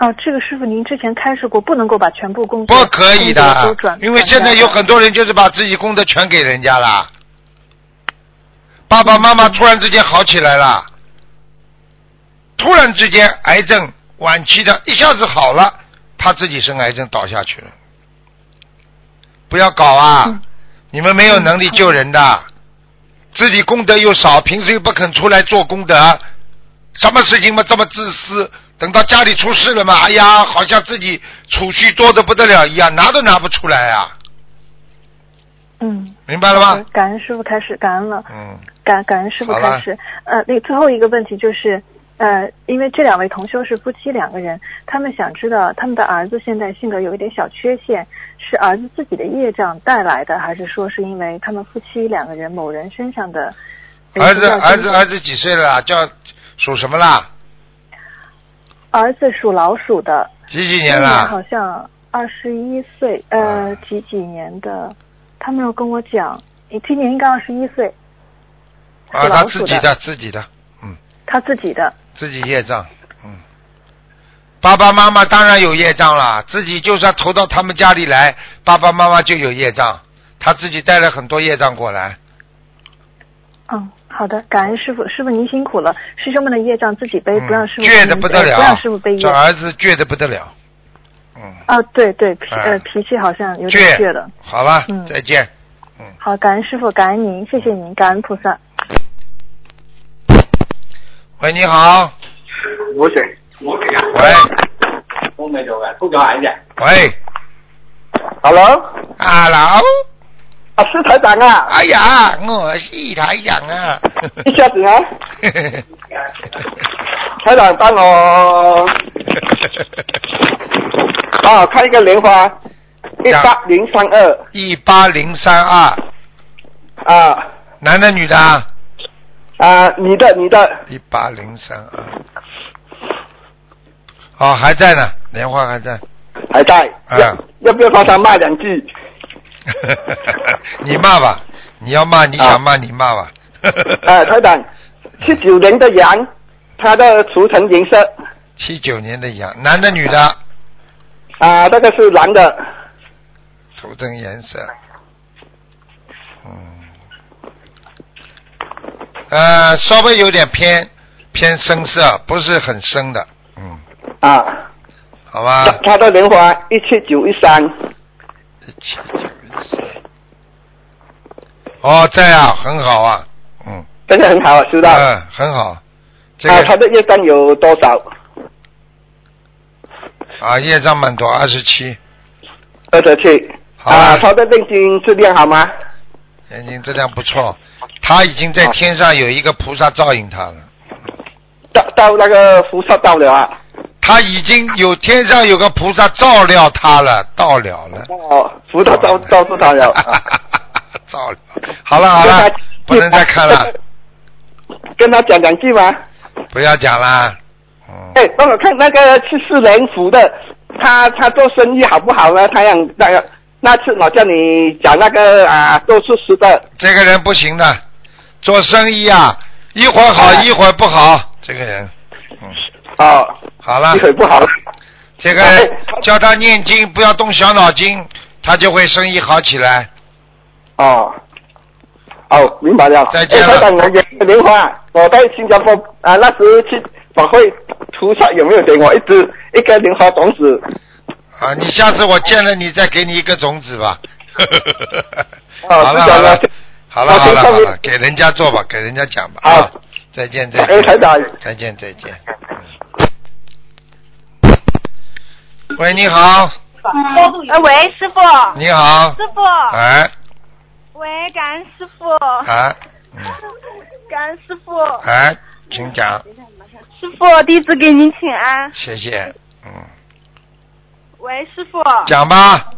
Speaker 5: 哦，这个师傅您之前开示过，不能够把全部工作
Speaker 1: 不可以
Speaker 5: 工作
Speaker 1: 的
Speaker 5: 都转，
Speaker 1: 因为现在有
Speaker 5: 转嫁
Speaker 1: 很多人就是把自己功德全给人家了，爸爸妈妈突然之间好起来了，突然之间癌症晚期的一下子好了，他自己生癌症倒下去了，不要搞啊！
Speaker 5: 嗯
Speaker 1: 你们没有能力救人的，自己功德又少，平时又不肯出来做功德，什么事情嘛这么自私？等到家里出事了嘛，哎呀，好像自己储蓄多的不得了一样，拿都拿不出来啊！
Speaker 5: 嗯，
Speaker 1: 明白了吗？
Speaker 5: 感恩师傅开始，感恩了。
Speaker 1: 嗯，
Speaker 5: 感感恩师傅
Speaker 1: 好了
Speaker 5: 开始。呃，那最后一个问题就是，呃，因为这两位同修是夫妻两个人，他们想知道他们的儿子现在性格有一点小缺陷，是儿子自己的业障带来的，还是说是因为他们夫妻两个人某人身上的？
Speaker 1: 哎
Speaker 5: 呃
Speaker 1: 儿子，儿子，儿
Speaker 5: 子，
Speaker 1: 子几岁了啊？叫属什么啦？
Speaker 5: 儿子属老鼠的，
Speaker 1: 几几
Speaker 5: 今啊
Speaker 1: 年嗯啦？
Speaker 5: 好像二十一岁，呃，几几年的？他没有跟我讲，你今年应该二十一岁，
Speaker 1: 啊，他
Speaker 5: 属老
Speaker 1: 自
Speaker 5: 鼠
Speaker 1: 己
Speaker 5: 的
Speaker 1: 的，自己的，嗯，
Speaker 5: 他自己的。
Speaker 1: 自己业障，嗯。爸爸妈妈当然有业障啦，自己就算投到他们家里来，爸爸妈妈就有业障，他自己带了很多业障过来。
Speaker 5: 嗯，好的，感恩师傅，师傅您辛苦了，师兄们的业障自己背，
Speaker 1: 嗯
Speaker 5: 哎不让师傅
Speaker 1: 倔的
Speaker 5: 您
Speaker 1: 不得
Speaker 5: 背
Speaker 1: 了，
Speaker 5: 不让师傅背业
Speaker 1: 这。儿子倔的不得了，嗯，
Speaker 5: 啊，对对，脾
Speaker 1: 哎
Speaker 5: 呃脾气好像有点倔
Speaker 1: 倔
Speaker 5: 了。，
Speaker 1: 好了，
Speaker 5: 嗯
Speaker 1: 再见。
Speaker 5: 好，感恩师傅，感恩您，谢谢
Speaker 1: 嗯
Speaker 5: 您，感恩菩萨。
Speaker 1: 喂，你好，
Speaker 6: 我水，我水啊！
Speaker 1: 喂，
Speaker 6: 东北走啊，不搞俺家。
Speaker 1: 喂，
Speaker 6: Hello，
Speaker 1: 阿老，
Speaker 6: 啊，是台长啊！
Speaker 1: 哎呀，我是台长啊，
Speaker 6: 一下子啊，台长帮我帮我啊看一个莲花，一
Speaker 1: 讲
Speaker 6: 八零三二
Speaker 1: 一八零三二，
Speaker 6: 啊
Speaker 1: 男的女的啊？
Speaker 6: 啊，你的你的
Speaker 1: 一八零三二。哦，还在呢，莲花还在。
Speaker 6: 还在，
Speaker 1: 啊
Speaker 6: 要要不要帮他骂两句？
Speaker 1: 你骂吧，你要骂，你想骂你骂吧。
Speaker 6: 啊，台长，七九年的羊，它的图腾颜色
Speaker 1: 七九年的羊，男的女的，
Speaker 6: 啊，那个是蓝的，
Speaker 1: 头灯颜色。嗯。呃，稍微有点偏偏深色，不是很深的。嗯，
Speaker 6: 啊，
Speaker 1: 好吧
Speaker 6: 它。它的莲花一七九一三
Speaker 1: 一七九一三。哦，在啊，很好啊。嗯。
Speaker 6: 这个很好啊，知道。
Speaker 1: 嗯，很好。这
Speaker 6: 啊，他
Speaker 1: 个
Speaker 6: 的业障有多少？
Speaker 1: 啊，业障蛮多，二十七。
Speaker 6: 二十七。
Speaker 1: 好
Speaker 6: 啊，
Speaker 1: 了，
Speaker 6: 他的念经质量好吗？
Speaker 1: 眼睛质量不错，他已经在天上有一个菩萨照应他了，
Speaker 6: 到到那个菩萨到了啊。
Speaker 1: 他已经有天上有个菩萨照料他了，到了了。
Speaker 6: 哦，菩萨照照住 他了。啊
Speaker 1: 照料。好了好了，不能再看了，。
Speaker 6: 跟他讲两句吗？
Speaker 1: 不要讲啦。嗯，
Speaker 6: 哎，帮我看那个去世人福的，他他做生意好不好呢？他想那个那次我叫你讲那个啊做厨师的，
Speaker 1: 这个人不行的，做生意啊，一会儿好
Speaker 6: 哎
Speaker 1: 一会儿不好，这个人。嗯，
Speaker 6: 哦，
Speaker 1: 好了
Speaker 6: 一。会不好了。
Speaker 1: 这个
Speaker 6: 哎
Speaker 1: 叫他念经，不要动小脑筋，他就会生意好起来。
Speaker 6: 哦，哦，明白了。
Speaker 1: 再见了
Speaker 6: 哎台长，我有一个莲花，我在新加坡啊，那时去法会，菩萨有没有给我一只一个莲花种子？
Speaker 1: 啊，
Speaker 6: 嗯
Speaker 1: 你下次我见了你再给你一个种子 吧。
Speaker 6: 哦
Speaker 1: 好了
Speaker 6: 知道
Speaker 1: 好了
Speaker 6: 了
Speaker 1: 好了好
Speaker 6: 好
Speaker 1: 了好
Speaker 6: 谢谢
Speaker 1: 了，给人家做吧，给人家讲吧。
Speaker 6: 好
Speaker 1: 啊，再见再
Speaker 6: 哎，台
Speaker 1: 见
Speaker 6: 长，
Speaker 1: 再见再见。嗯喂，你好，
Speaker 7: 呃，喂，师傅，
Speaker 1: 你好，
Speaker 7: 师傅，
Speaker 1: 哎
Speaker 7: 喂，感恩师傅，
Speaker 1: 哎，嗯，
Speaker 7: 感恩师傅，
Speaker 1: 哎，请讲，
Speaker 7: 师傅弟子给您请安。
Speaker 1: 谢谢，嗯，
Speaker 7: 喂，师傅，
Speaker 1: 讲吧，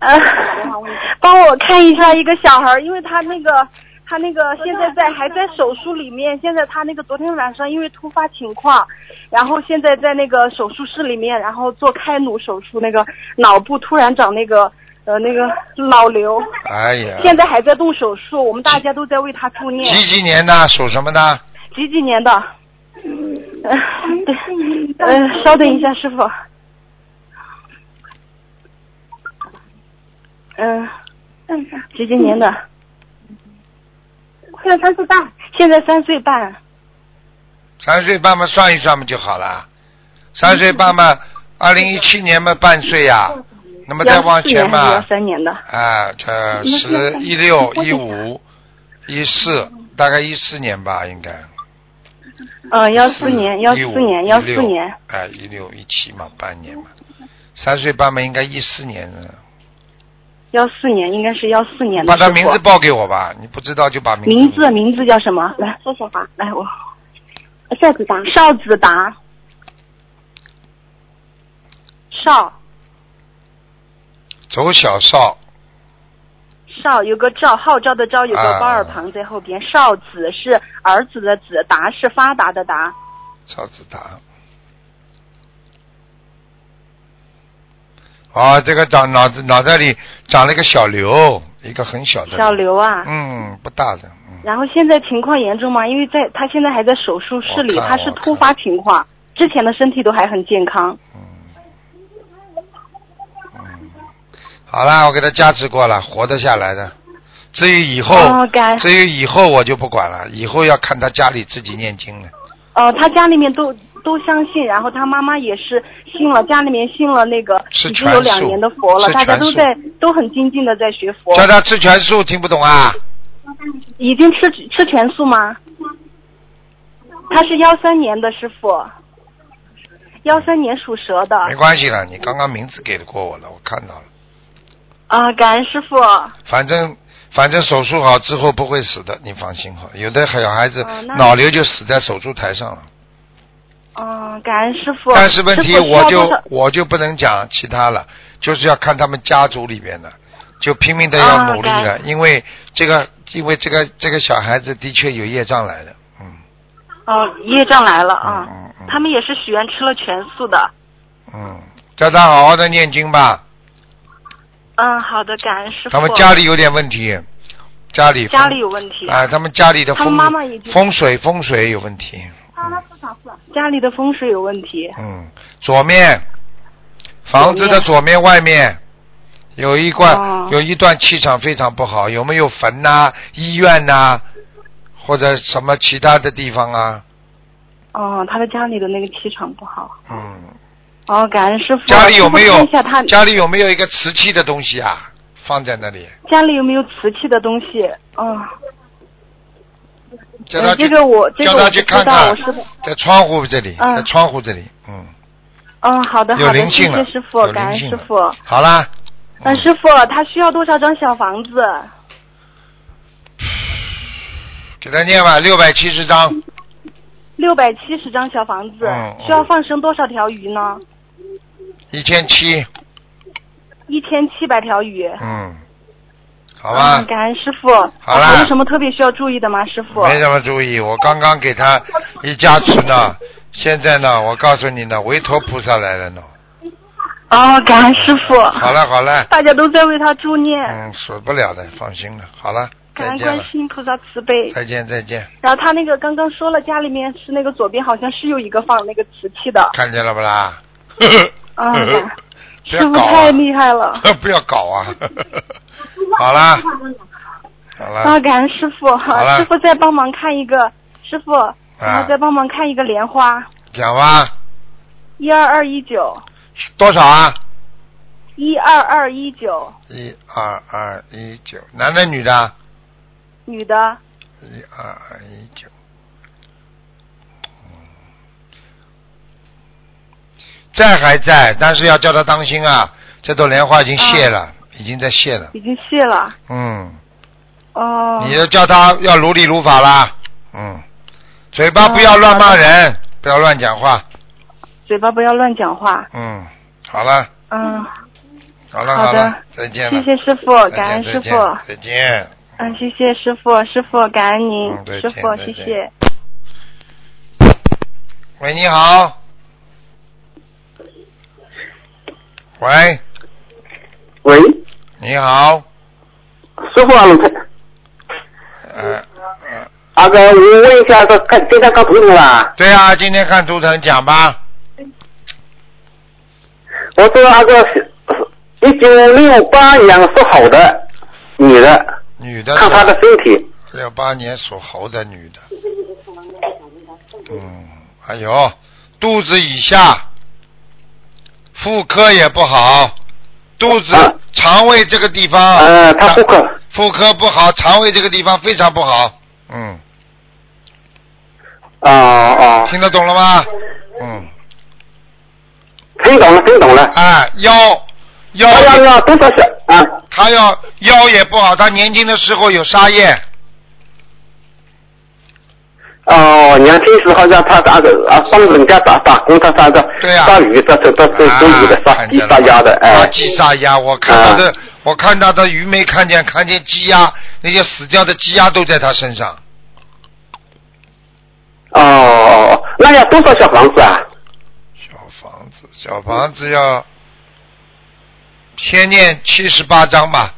Speaker 7: 呃， 帮我看一下一个小孩儿，因为他那个他那个现在在还在手术里面，现在他那个昨天晚上因为突发情况，然后现在在那个手术室里面，然后做开颅手术，那个脑部突然长那个呃那个脑瘤，
Speaker 1: 哎呀，
Speaker 7: 现在还在动手术，我们大家都在为他助念。
Speaker 1: 几几年的，属什么的？
Speaker 7: 几几年的？
Speaker 4: 嗯
Speaker 7: 呃，对，呃，稍等一下，师傅。嗯、几几年的？现在三岁半。现在三岁半。
Speaker 1: 三岁半嘛，算一算嘛就好了。三岁半嘛，二零一七年嘛半岁呀、那么再往前
Speaker 7: 幺
Speaker 1: 嘛，
Speaker 7: 三年的，
Speaker 1: 啊，这十一六一五一四，大概一四年吧，应该。
Speaker 7: 嗯，幺四年，幺四年，幺四年，。
Speaker 1: 哎，一六一七嘛，半年嘛，三岁半嘛，应该一四年了。
Speaker 7: 幺四年，应该是幺四年的
Speaker 1: 把
Speaker 7: 时候。
Speaker 1: 他名字报给我吧，你不知道就把名字。
Speaker 7: 名字名字叫什么？来
Speaker 4: 说说吧，
Speaker 7: 来，我
Speaker 4: 下子吧，
Speaker 7: 邵子达，邵
Speaker 1: 走小少，
Speaker 7: 邵有个赵，号召的召，有
Speaker 1: 啊
Speaker 7: 个包耳旁在后边。邵子是儿子的子，达是发达的达。
Speaker 1: 赵子达。啊，这个长脑子脑袋里长了一个小瘤，一个很小的
Speaker 7: 小。刘啊，
Speaker 1: 嗯，不大的，嗯，
Speaker 7: 然后现在情况严重吗？因为在他现在还在手术室里，
Speaker 1: 我看
Speaker 7: 他是突发情况，之前的身体都还很健康。
Speaker 1: 好啦，我给他加持过了，活得下来的。至于以后，
Speaker 7: 哦，感
Speaker 1: 至于以后我就不管了，以后要看他家里自己念经了。
Speaker 7: 哦，他家里面都都相信，然后他妈妈也是信了，家里面信了那个
Speaker 1: 吃
Speaker 7: 已经有
Speaker 1: 全
Speaker 7: 两
Speaker 1: 素
Speaker 7: 年的佛了
Speaker 1: 吃，
Speaker 7: 大家
Speaker 1: 全
Speaker 7: 都
Speaker 1: 素
Speaker 7: 在都很精进的在学佛。
Speaker 1: 叫他吃全素，听不懂啊？
Speaker 7: 已经吃吃全素吗？他是幺三年的师傅，幺三年属蛇的
Speaker 1: 没关系了，你刚刚名字给的过我了，我看到了。
Speaker 7: 啊，感恩师傅。
Speaker 1: 反正反正手术好之后不会死的，你放心好了。有的小孩子
Speaker 7: 哦那
Speaker 1: 脑瘤就死在手术台上了，
Speaker 7: 嗯，感恩师傅。
Speaker 1: 但是问题
Speaker 7: 师傅需
Speaker 1: 我
Speaker 7: 要
Speaker 1: 就
Speaker 7: 多少
Speaker 1: 我就不能讲其他了，就是要看他们家族里边的，就拼命的要
Speaker 7: 啊
Speaker 1: 努力了，因为这个因为这个这个小孩子的确有业障来的，嗯
Speaker 7: 哦，业障来了啊！
Speaker 1: 嗯嗯
Speaker 7: 他们也是许愿吃了全素的。
Speaker 1: 嗯，叫他好好的念经吧，
Speaker 7: 嗯，好的，感恩师傅。
Speaker 1: 他们家里有点问题，家里
Speaker 7: 家里有问题，
Speaker 1: 啊，他们家里的
Speaker 7: 他
Speaker 1: 风
Speaker 7: 妈妈已经
Speaker 1: 风水风水有问题，
Speaker 7: 家里的风水有问题。
Speaker 1: 嗯，左面，房子的左面外面有一段、
Speaker 7: 哦
Speaker 1: 有一段气场非常不好，有没有坟呐、医院呐、或者什么其他的地方啊？
Speaker 7: 哦，他的家里的那个气场不好。
Speaker 1: 嗯，
Speaker 7: 哦，感恩师傅。
Speaker 1: 家里有没有
Speaker 7: 师傅看一下他
Speaker 1: 家里有没有一个瓷器的东西啊？放在那里，
Speaker 7: 家里有没有瓷器的东西？哦，
Speaker 1: 叫他
Speaker 7: 呃
Speaker 1: 去、
Speaker 7: 这个我这个
Speaker 1: 叫他
Speaker 7: 我
Speaker 1: 去
Speaker 7: 不
Speaker 1: 看看
Speaker 7: 知道，我是
Speaker 1: 在窗户这里，
Speaker 7: 嗯
Speaker 1: 在窗户这里，嗯，
Speaker 7: 嗯，好的
Speaker 1: 有
Speaker 7: 好的，
Speaker 1: 灵
Speaker 7: 谢
Speaker 1: 性了，
Speaker 7: 谢师傅
Speaker 1: 有，
Speaker 7: 感恩
Speaker 1: 灵性
Speaker 7: 师
Speaker 1: 了
Speaker 7: 傅。
Speaker 1: 好啦，
Speaker 7: 嗯，师傅，他需要多少张小房子？
Speaker 1: 给他念吧，六百七十张。
Speaker 7: 六百七十张小房子
Speaker 1: 嗯，
Speaker 7: 需要放生多少条鱼呢？
Speaker 1: 一千七，
Speaker 7: 一千七百条鱼。
Speaker 1: 嗯，好吧，
Speaker 7: 嗯感恩师傅。
Speaker 1: 好啦
Speaker 7: 还有什么特别需要注意的吗，师傅？
Speaker 1: 没什么注意。我刚刚给他一加持呢，现在呢，我告诉你呢，韦陀菩萨来了呢。
Speaker 7: 哦，感恩师傅。
Speaker 1: 好了好了，
Speaker 7: 大家都在为他助念，
Speaker 1: 嗯，死不了的，放心了。好了，
Speaker 7: 感
Speaker 1: 再
Speaker 7: 恩
Speaker 1: 见
Speaker 7: 观
Speaker 1: 了，哎
Speaker 7: 世音菩萨慈悲。
Speaker 1: 再见再见，
Speaker 7: 然后他那个刚刚说了，家里面是那个左边好像是有一个放那个瓷器的，
Speaker 1: 看见了不啦？
Speaker 7: 啊
Speaker 1: 不
Speaker 7: 师
Speaker 1: 要
Speaker 7: 傅
Speaker 1: 搞
Speaker 7: 太
Speaker 1: 啊！
Speaker 7: 厉害了。
Speaker 1: 不要搞 啊！好啦，好
Speaker 7: 啊，
Speaker 1: 啦，
Speaker 7: 感恩师傅，
Speaker 1: 好啊了
Speaker 7: 师傅再帮忙看一个，师傅，然后再帮忙看一个莲花，
Speaker 1: 讲吧，
Speaker 7: 一二二一九，
Speaker 1: 多少啊？
Speaker 7: 一二二一九，
Speaker 1: 一二二一九，男的女的啊？
Speaker 7: 女的，
Speaker 1: 一二二一九。嗯在还在，但是要叫他当心啊！这朵莲花已经谢了，
Speaker 7: 啊
Speaker 1: 已经在谢了。
Speaker 7: 已经谢了。
Speaker 1: 嗯，
Speaker 7: 哦，
Speaker 1: 你就叫他要如理如法啦。嗯，嘴
Speaker 7: 哦
Speaker 1: 巴不要乱骂人，不要乱讲话。
Speaker 7: 嘴巴不要乱讲话。
Speaker 1: 嗯，好了，
Speaker 7: 嗯，
Speaker 1: 好了，
Speaker 7: 好的
Speaker 1: 了，再见
Speaker 7: 谢
Speaker 1: 了。
Speaker 7: 谢师傅，
Speaker 1: 再见
Speaker 7: 感恩师
Speaker 1: 再
Speaker 7: 傅
Speaker 1: 见。再见。
Speaker 7: 嗯，谢谢师傅，师傅感恩您，
Speaker 1: 嗯再
Speaker 7: 师
Speaker 1: 见
Speaker 7: 傅
Speaker 1: 再
Speaker 7: 谢
Speaker 1: 见
Speaker 7: 谢。
Speaker 1: 喂，你好。喂，
Speaker 6: 喂，
Speaker 1: 你好。
Speaker 6: 师傅啊，你看
Speaker 1: 呃，呃
Speaker 6: 那个，我问一下，这看今天看图腾啦，
Speaker 1: 对啊，今天看图腾讲吧。
Speaker 6: 我是那个一九六八年属猴的女的，
Speaker 1: 女的
Speaker 6: 看她的身体。
Speaker 1: 六八年属猴的女的，嗯，还有肚子以下，妇科也不好，肚子、
Speaker 6: 啊
Speaker 1: 肠胃这个地方，
Speaker 6: 呃，他不可，
Speaker 1: 妇科不好，肠胃这个地方非常不好。嗯，
Speaker 6: 啊啊，
Speaker 1: 听得懂了吗？嗯，
Speaker 6: 听懂了，听懂了。
Speaker 1: 哎，腰腰
Speaker 6: 哎呀呀，多少小啊？
Speaker 1: 他要腰也不好，他年轻的时候有沙叶，
Speaker 6: 哦，年轻时候让他打啊帮人家打打工，他他的
Speaker 1: 对呀
Speaker 6: 杀鱼，这这这这都有的，杀
Speaker 1: 啊看
Speaker 6: 鸡
Speaker 1: 见了
Speaker 6: 杀鸭的，
Speaker 1: 杀
Speaker 6: 哎，啊
Speaker 1: 鸡杀鸭，我看到的，我看到的鱼没看见，看见鸡鸭，那些死掉的鸡鸭都在他身上。
Speaker 6: 哦哦，哦那要多少小房子啊？
Speaker 1: 小房子，小房子要先念七十八章吧。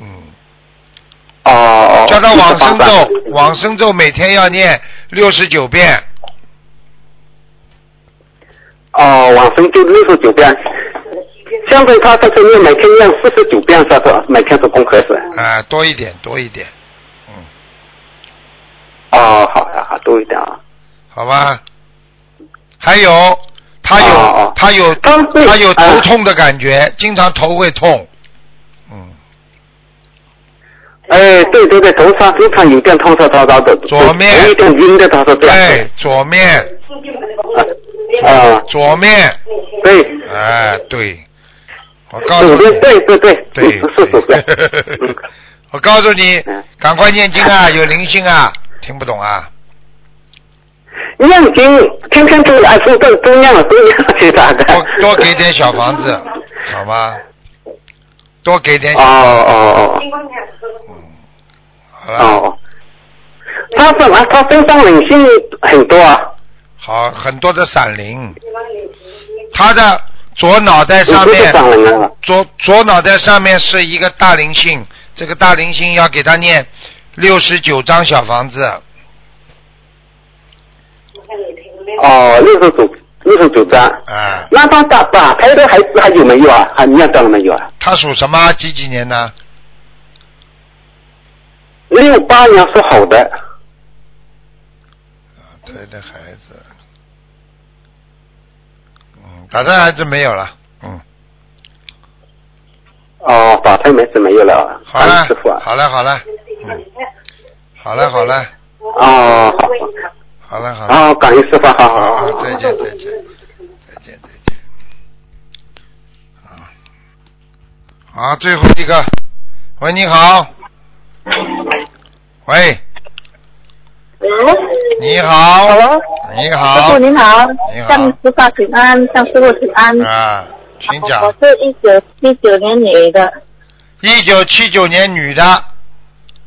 Speaker 1: 嗯，
Speaker 6: 哦哦，
Speaker 1: 叫他往生
Speaker 6: 多少房
Speaker 1: 咒
Speaker 6: 子，
Speaker 1: 往生咒每天要念六十九遍。
Speaker 6: 哦，往生就六十九遍，相对他这是念每天念四十九遍，是吧？每天是功课是。
Speaker 1: 啊、多一点，多一点，嗯，
Speaker 6: 哦，好呀，好多一点啊。
Speaker 1: 好吧。还有，他有、
Speaker 6: 哦哦
Speaker 1: 他有
Speaker 6: 他会
Speaker 1: 他有头
Speaker 6: 啊
Speaker 1: 痛的感觉，经常头会痛，嗯，
Speaker 6: 哎，对对对，头上经常有点痛痛糟糟的，
Speaker 1: 左面
Speaker 6: 有一点晕的，他说这样。
Speaker 1: 哎，左面
Speaker 6: 啊，啊，
Speaker 1: 左面，
Speaker 6: 对，
Speaker 1: 哎、对，我告诉你，
Speaker 6: 左边，对对对，
Speaker 1: 对
Speaker 6: 嗯是 是是
Speaker 1: 对
Speaker 6: 嗯
Speaker 1: 我告诉你
Speaker 6: 嗯，
Speaker 1: 赶快念经啊，有灵性啊，听不懂啊，
Speaker 6: 念经，天天都啊，都都都念了，都念了，其他的。
Speaker 1: 多多给点小房 子，好吗？多给点
Speaker 6: 哦。
Speaker 1: 小，
Speaker 6: 哦哦
Speaker 1: 好
Speaker 6: 哦
Speaker 1: 了。
Speaker 6: 哦，他本来他身上灵性很多啊。
Speaker 1: 好，很多的闪灵。他的左脑袋上
Speaker 6: 有多
Speaker 1: 面
Speaker 6: 的闪灵啊，
Speaker 1: 左左脑袋上面是一个大灵性，这个大灵性要给他念六十九张小房子，
Speaker 6: 哦，六十九六十九张。
Speaker 1: 啊，
Speaker 6: 那他打打胎的孩子还有没有啊？还念到了没有啊？
Speaker 1: 他属什么？几几年呢？
Speaker 6: 六八年是好的，
Speaker 1: 他啊的孩子，嗯，打胎孩子没有了，嗯，
Speaker 6: 哦，打胎没事没有了啊。
Speaker 1: 好了
Speaker 6: 感恩师傅，啊。
Speaker 1: 好了，好了，嗯，好了，好了，
Speaker 6: 哦，好
Speaker 1: 好了，好了。
Speaker 6: 好，哦，感恩师傅，好好
Speaker 1: 好
Speaker 6: 好。好
Speaker 1: 再见，再见，再见，再见。啊，好，最后一个。喂，你好。喂，
Speaker 4: 喂，
Speaker 1: 你好。
Speaker 4: Hello
Speaker 1: 你
Speaker 4: 师
Speaker 1: 好
Speaker 4: 傅。您好
Speaker 1: 你好，
Speaker 4: 向师傅请安，向师傅请安。
Speaker 1: 啊，请
Speaker 4: 我
Speaker 1: 讲。
Speaker 4: 是一九七九年女的，
Speaker 1: 一九七九年女的，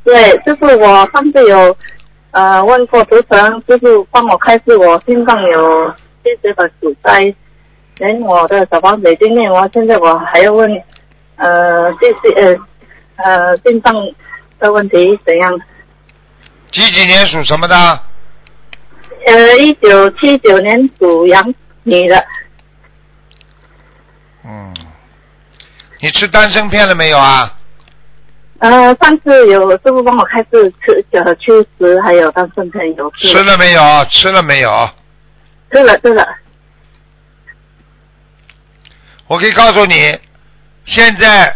Speaker 4: 对，就是我上次有呃问过图腾，就是帮我开示我心脏有七十的阻塞，连我的小房子已经念完，现在我还要问呃继续呃呃心脏的问题怎样？
Speaker 1: 几几年属什么的？
Speaker 4: 呃，一九七九年属羊女的，
Speaker 1: 嗯，你吃丹参片了没有啊？
Speaker 4: 呃，上次有师傅帮我开示吃呃确实还有当顺片有
Speaker 1: 吃了没有？吃了没有？
Speaker 4: 吃了吃了，
Speaker 1: 我可以告诉你，现在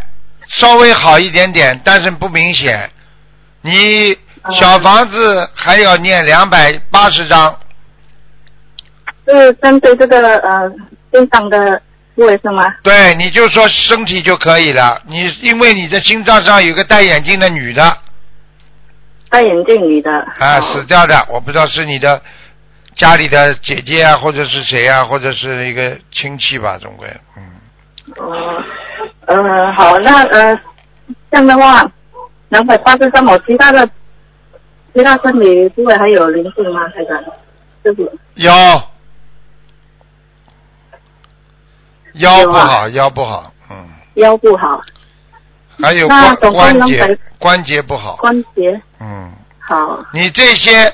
Speaker 1: 稍微好一点点，但是不明显。你小房子还要念两百八十张，
Speaker 4: 是针对这个呃心脏的部位是吗？
Speaker 1: 对，你就说身体就可以了。你因为你的心脏上有个戴眼镜的女的
Speaker 4: 戴眼镜女的。
Speaker 1: 啊，死掉的，我不知道是你的家里的姐姐啊，或者是谁啊，或者是一个亲戚吧，总归，嗯，
Speaker 4: 哦，呃，好，那呃，这样的话，两百八十张，我其他的其他身体部位还有灵性吗？还是就是
Speaker 1: 腰腰
Speaker 4: 有
Speaker 1: 不
Speaker 4: 啊
Speaker 1: 好，腰不好，嗯。
Speaker 4: 腰不好，
Speaker 1: 还有
Speaker 4: 那
Speaker 1: 关
Speaker 4: 总共
Speaker 1: 关
Speaker 4: 能
Speaker 1: 节
Speaker 4: 等
Speaker 1: 关节不好，
Speaker 4: 关节
Speaker 1: 嗯，
Speaker 4: 好，
Speaker 1: 你这些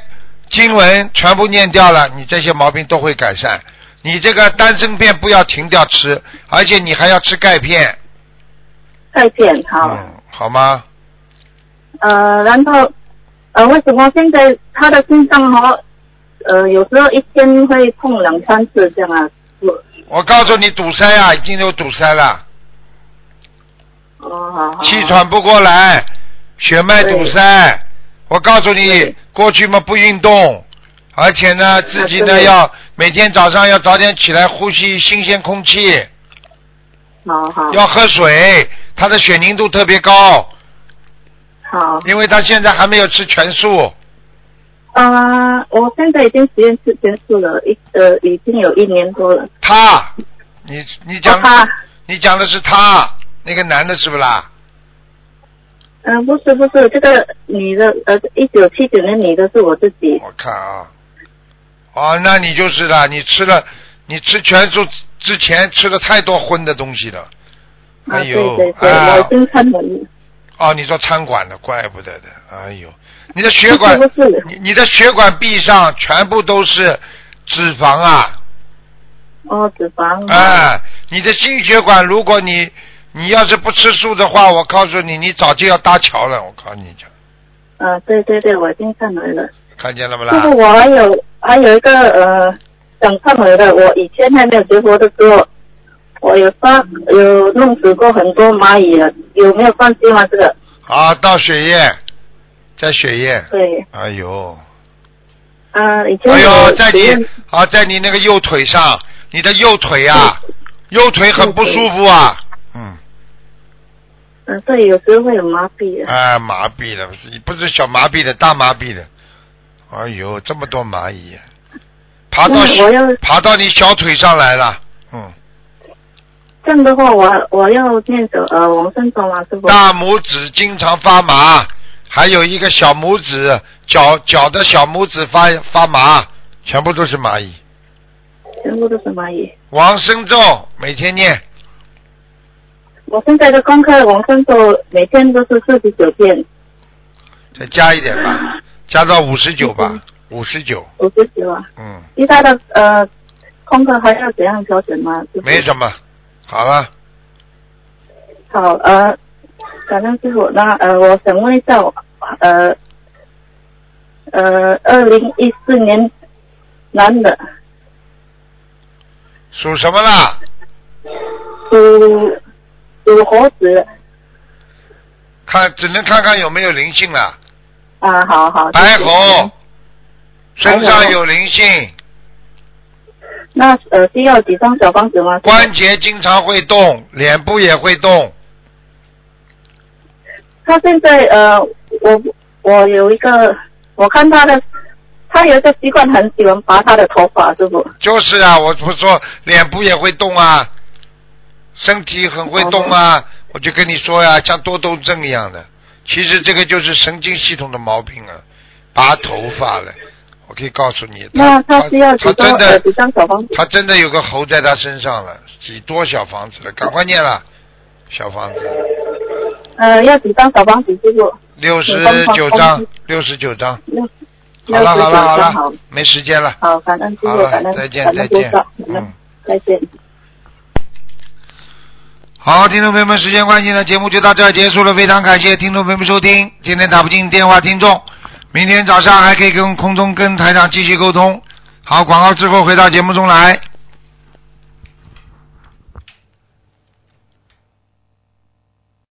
Speaker 1: 经文全部念掉了，你这些毛病都会改善。你这个丹参片不要停掉吃，而且你还要吃钙片，
Speaker 4: 钙片好，
Speaker 1: 嗯，好吗？
Speaker 4: 呃，然后呃，为什么现在他的心脏和呃有时候一天会痛两三次这样啊？我
Speaker 1: 我告诉你，堵塞啊，已经有堵塞了，
Speaker 4: 哦，好好。
Speaker 1: 气喘不过来，血脉堵塞。我告诉你，过去嘛不运动，而且呢自己呢
Speaker 4: 啊对
Speaker 1: 要每天早上要早点起来呼吸新鲜空
Speaker 4: 啊
Speaker 1: 气，
Speaker 4: 好好
Speaker 1: 要喝水。他的血凝度特别高，
Speaker 4: 好
Speaker 1: 因为他现在还没有吃全素。
Speaker 4: 啊！我现在已经实验室结束了，一呃已经有一年多了。
Speaker 1: 他，你你讲、
Speaker 4: 啊他，
Speaker 1: 你讲的是他那个男的是不啦？
Speaker 4: 嗯、不是不是，这个女的，呃，一九七九年女的是我自己，
Speaker 1: 我看啊，哦，那你就是啦，你吃了，你吃全素之前吃了太多荤的东西了。
Speaker 4: 啊，
Speaker 1: 哎
Speaker 4: 对
Speaker 1: 呦，
Speaker 4: 对对，
Speaker 1: 啊
Speaker 4: 我已经看了，
Speaker 1: 哦，你说餐馆的，怪不得的。哎呦，你的血管
Speaker 4: 不，是不是，
Speaker 1: 你你的血管壁上全部都是脂肪啊！
Speaker 4: 哦，脂肪，
Speaker 1: 啊，你的心血管，如果你你要是不吃素的话，我告诉你，你早就要搭桥了。我告诉你讲，
Speaker 4: 啊，对对对，我已经看完了。
Speaker 1: 看见了不
Speaker 4: 就是
Speaker 1: 啦？
Speaker 4: 我还有还有一个呃想忏悔的，我以前还没有结婚的时候，我有发有弄死过很多蚂蚁了，有没有关系吗？这个
Speaker 1: 啊，到血液，在血液。
Speaker 4: 对，
Speaker 1: 哎呦，
Speaker 4: 啊、以前
Speaker 1: 哎呦，
Speaker 4: 有
Speaker 1: 在
Speaker 4: 别人
Speaker 1: 你啊，在你那个右腿上，你的右腿啊，右腿很不舒服啊。嗯。
Speaker 4: 嗯、对，有时候会有麻痹的，
Speaker 1: 啊，麻痹了，不是小麻痹的，大麻痹的。哎呦，这么多蚂蚁、啊，爬到
Speaker 4: 那我要
Speaker 1: 爬到你小腿上来了。嗯，
Speaker 4: 这样的话我我要念手呃往生咒吗？师傅？
Speaker 1: 大拇指经常发麻，还有一个小拇指脚脚的小拇指发发麻，全部都是蚂蚁。
Speaker 4: 全部都是蚂蚁。
Speaker 1: 往生咒每天念，
Speaker 4: 我现在的功课往生咒每天都是四十九遍，
Speaker 1: 再加一点吧，加到五十九吧，五十九。
Speaker 4: 五十九啊。
Speaker 1: 嗯，
Speaker 4: 其他的呃功课还要怎样调整吗？师傅
Speaker 1: 没什么。好了，
Speaker 4: 好，呃，感恩师傅。那呃，我想问一下，我呃，呃，二零一四年男的
Speaker 1: 属什么啦？
Speaker 4: 属属猴子
Speaker 1: 看只能看看有没有灵性了。
Speaker 4: 啊，好好。
Speaker 1: 白
Speaker 4: 谢谢
Speaker 1: 猴。，身
Speaker 4: 白
Speaker 1: 上
Speaker 4: 猴
Speaker 1: 有灵性，
Speaker 4: 那呃，需要几张小房子吗？
Speaker 1: 关节经常会动，脸部也会动。
Speaker 4: 他现在呃，我我有一个，我看他的，他有一个习惯，很喜欢拔他的头发，师傅。
Speaker 1: 就是啊，我不说脸部也会动啊，身体很会动啊，我就跟你说呀、像多动症一样的。其实这个就是神经系统的毛病啊，拔头发了。我可以告诉你，
Speaker 4: 那他需要
Speaker 1: 嗯啊他
Speaker 4: 几张
Speaker 1: 真
Speaker 4: 呃
Speaker 1: 的
Speaker 4: 几张小房子？
Speaker 1: 他真的有个猴在他身上了，几多小房子了，赶快念了，小房子
Speaker 4: 呃，要几张小房子，师傅？
Speaker 1: 六十九张，六十九张。
Speaker 4: 六
Speaker 1: 好了
Speaker 4: 六
Speaker 1: 好
Speaker 4: 十九
Speaker 1: 了好
Speaker 4: 张
Speaker 1: 了，没时间了，
Speaker 4: 好，感恩师
Speaker 1: 好
Speaker 4: 傅，
Speaker 1: 了
Speaker 4: 感恩
Speaker 1: 再见
Speaker 4: 感
Speaker 1: 再
Speaker 4: 恩菩
Speaker 1: 见
Speaker 4: 萨，，感
Speaker 1: 嗯
Speaker 4: 恩，再见。
Speaker 1: 好，听众朋友们，时间关系呢，节目就到这儿结束了，非常感谢听众朋友们收听，今天打不进电话听众，明天早上还可以跟空中跟台长继续沟通。好，广告之后回到节目中来。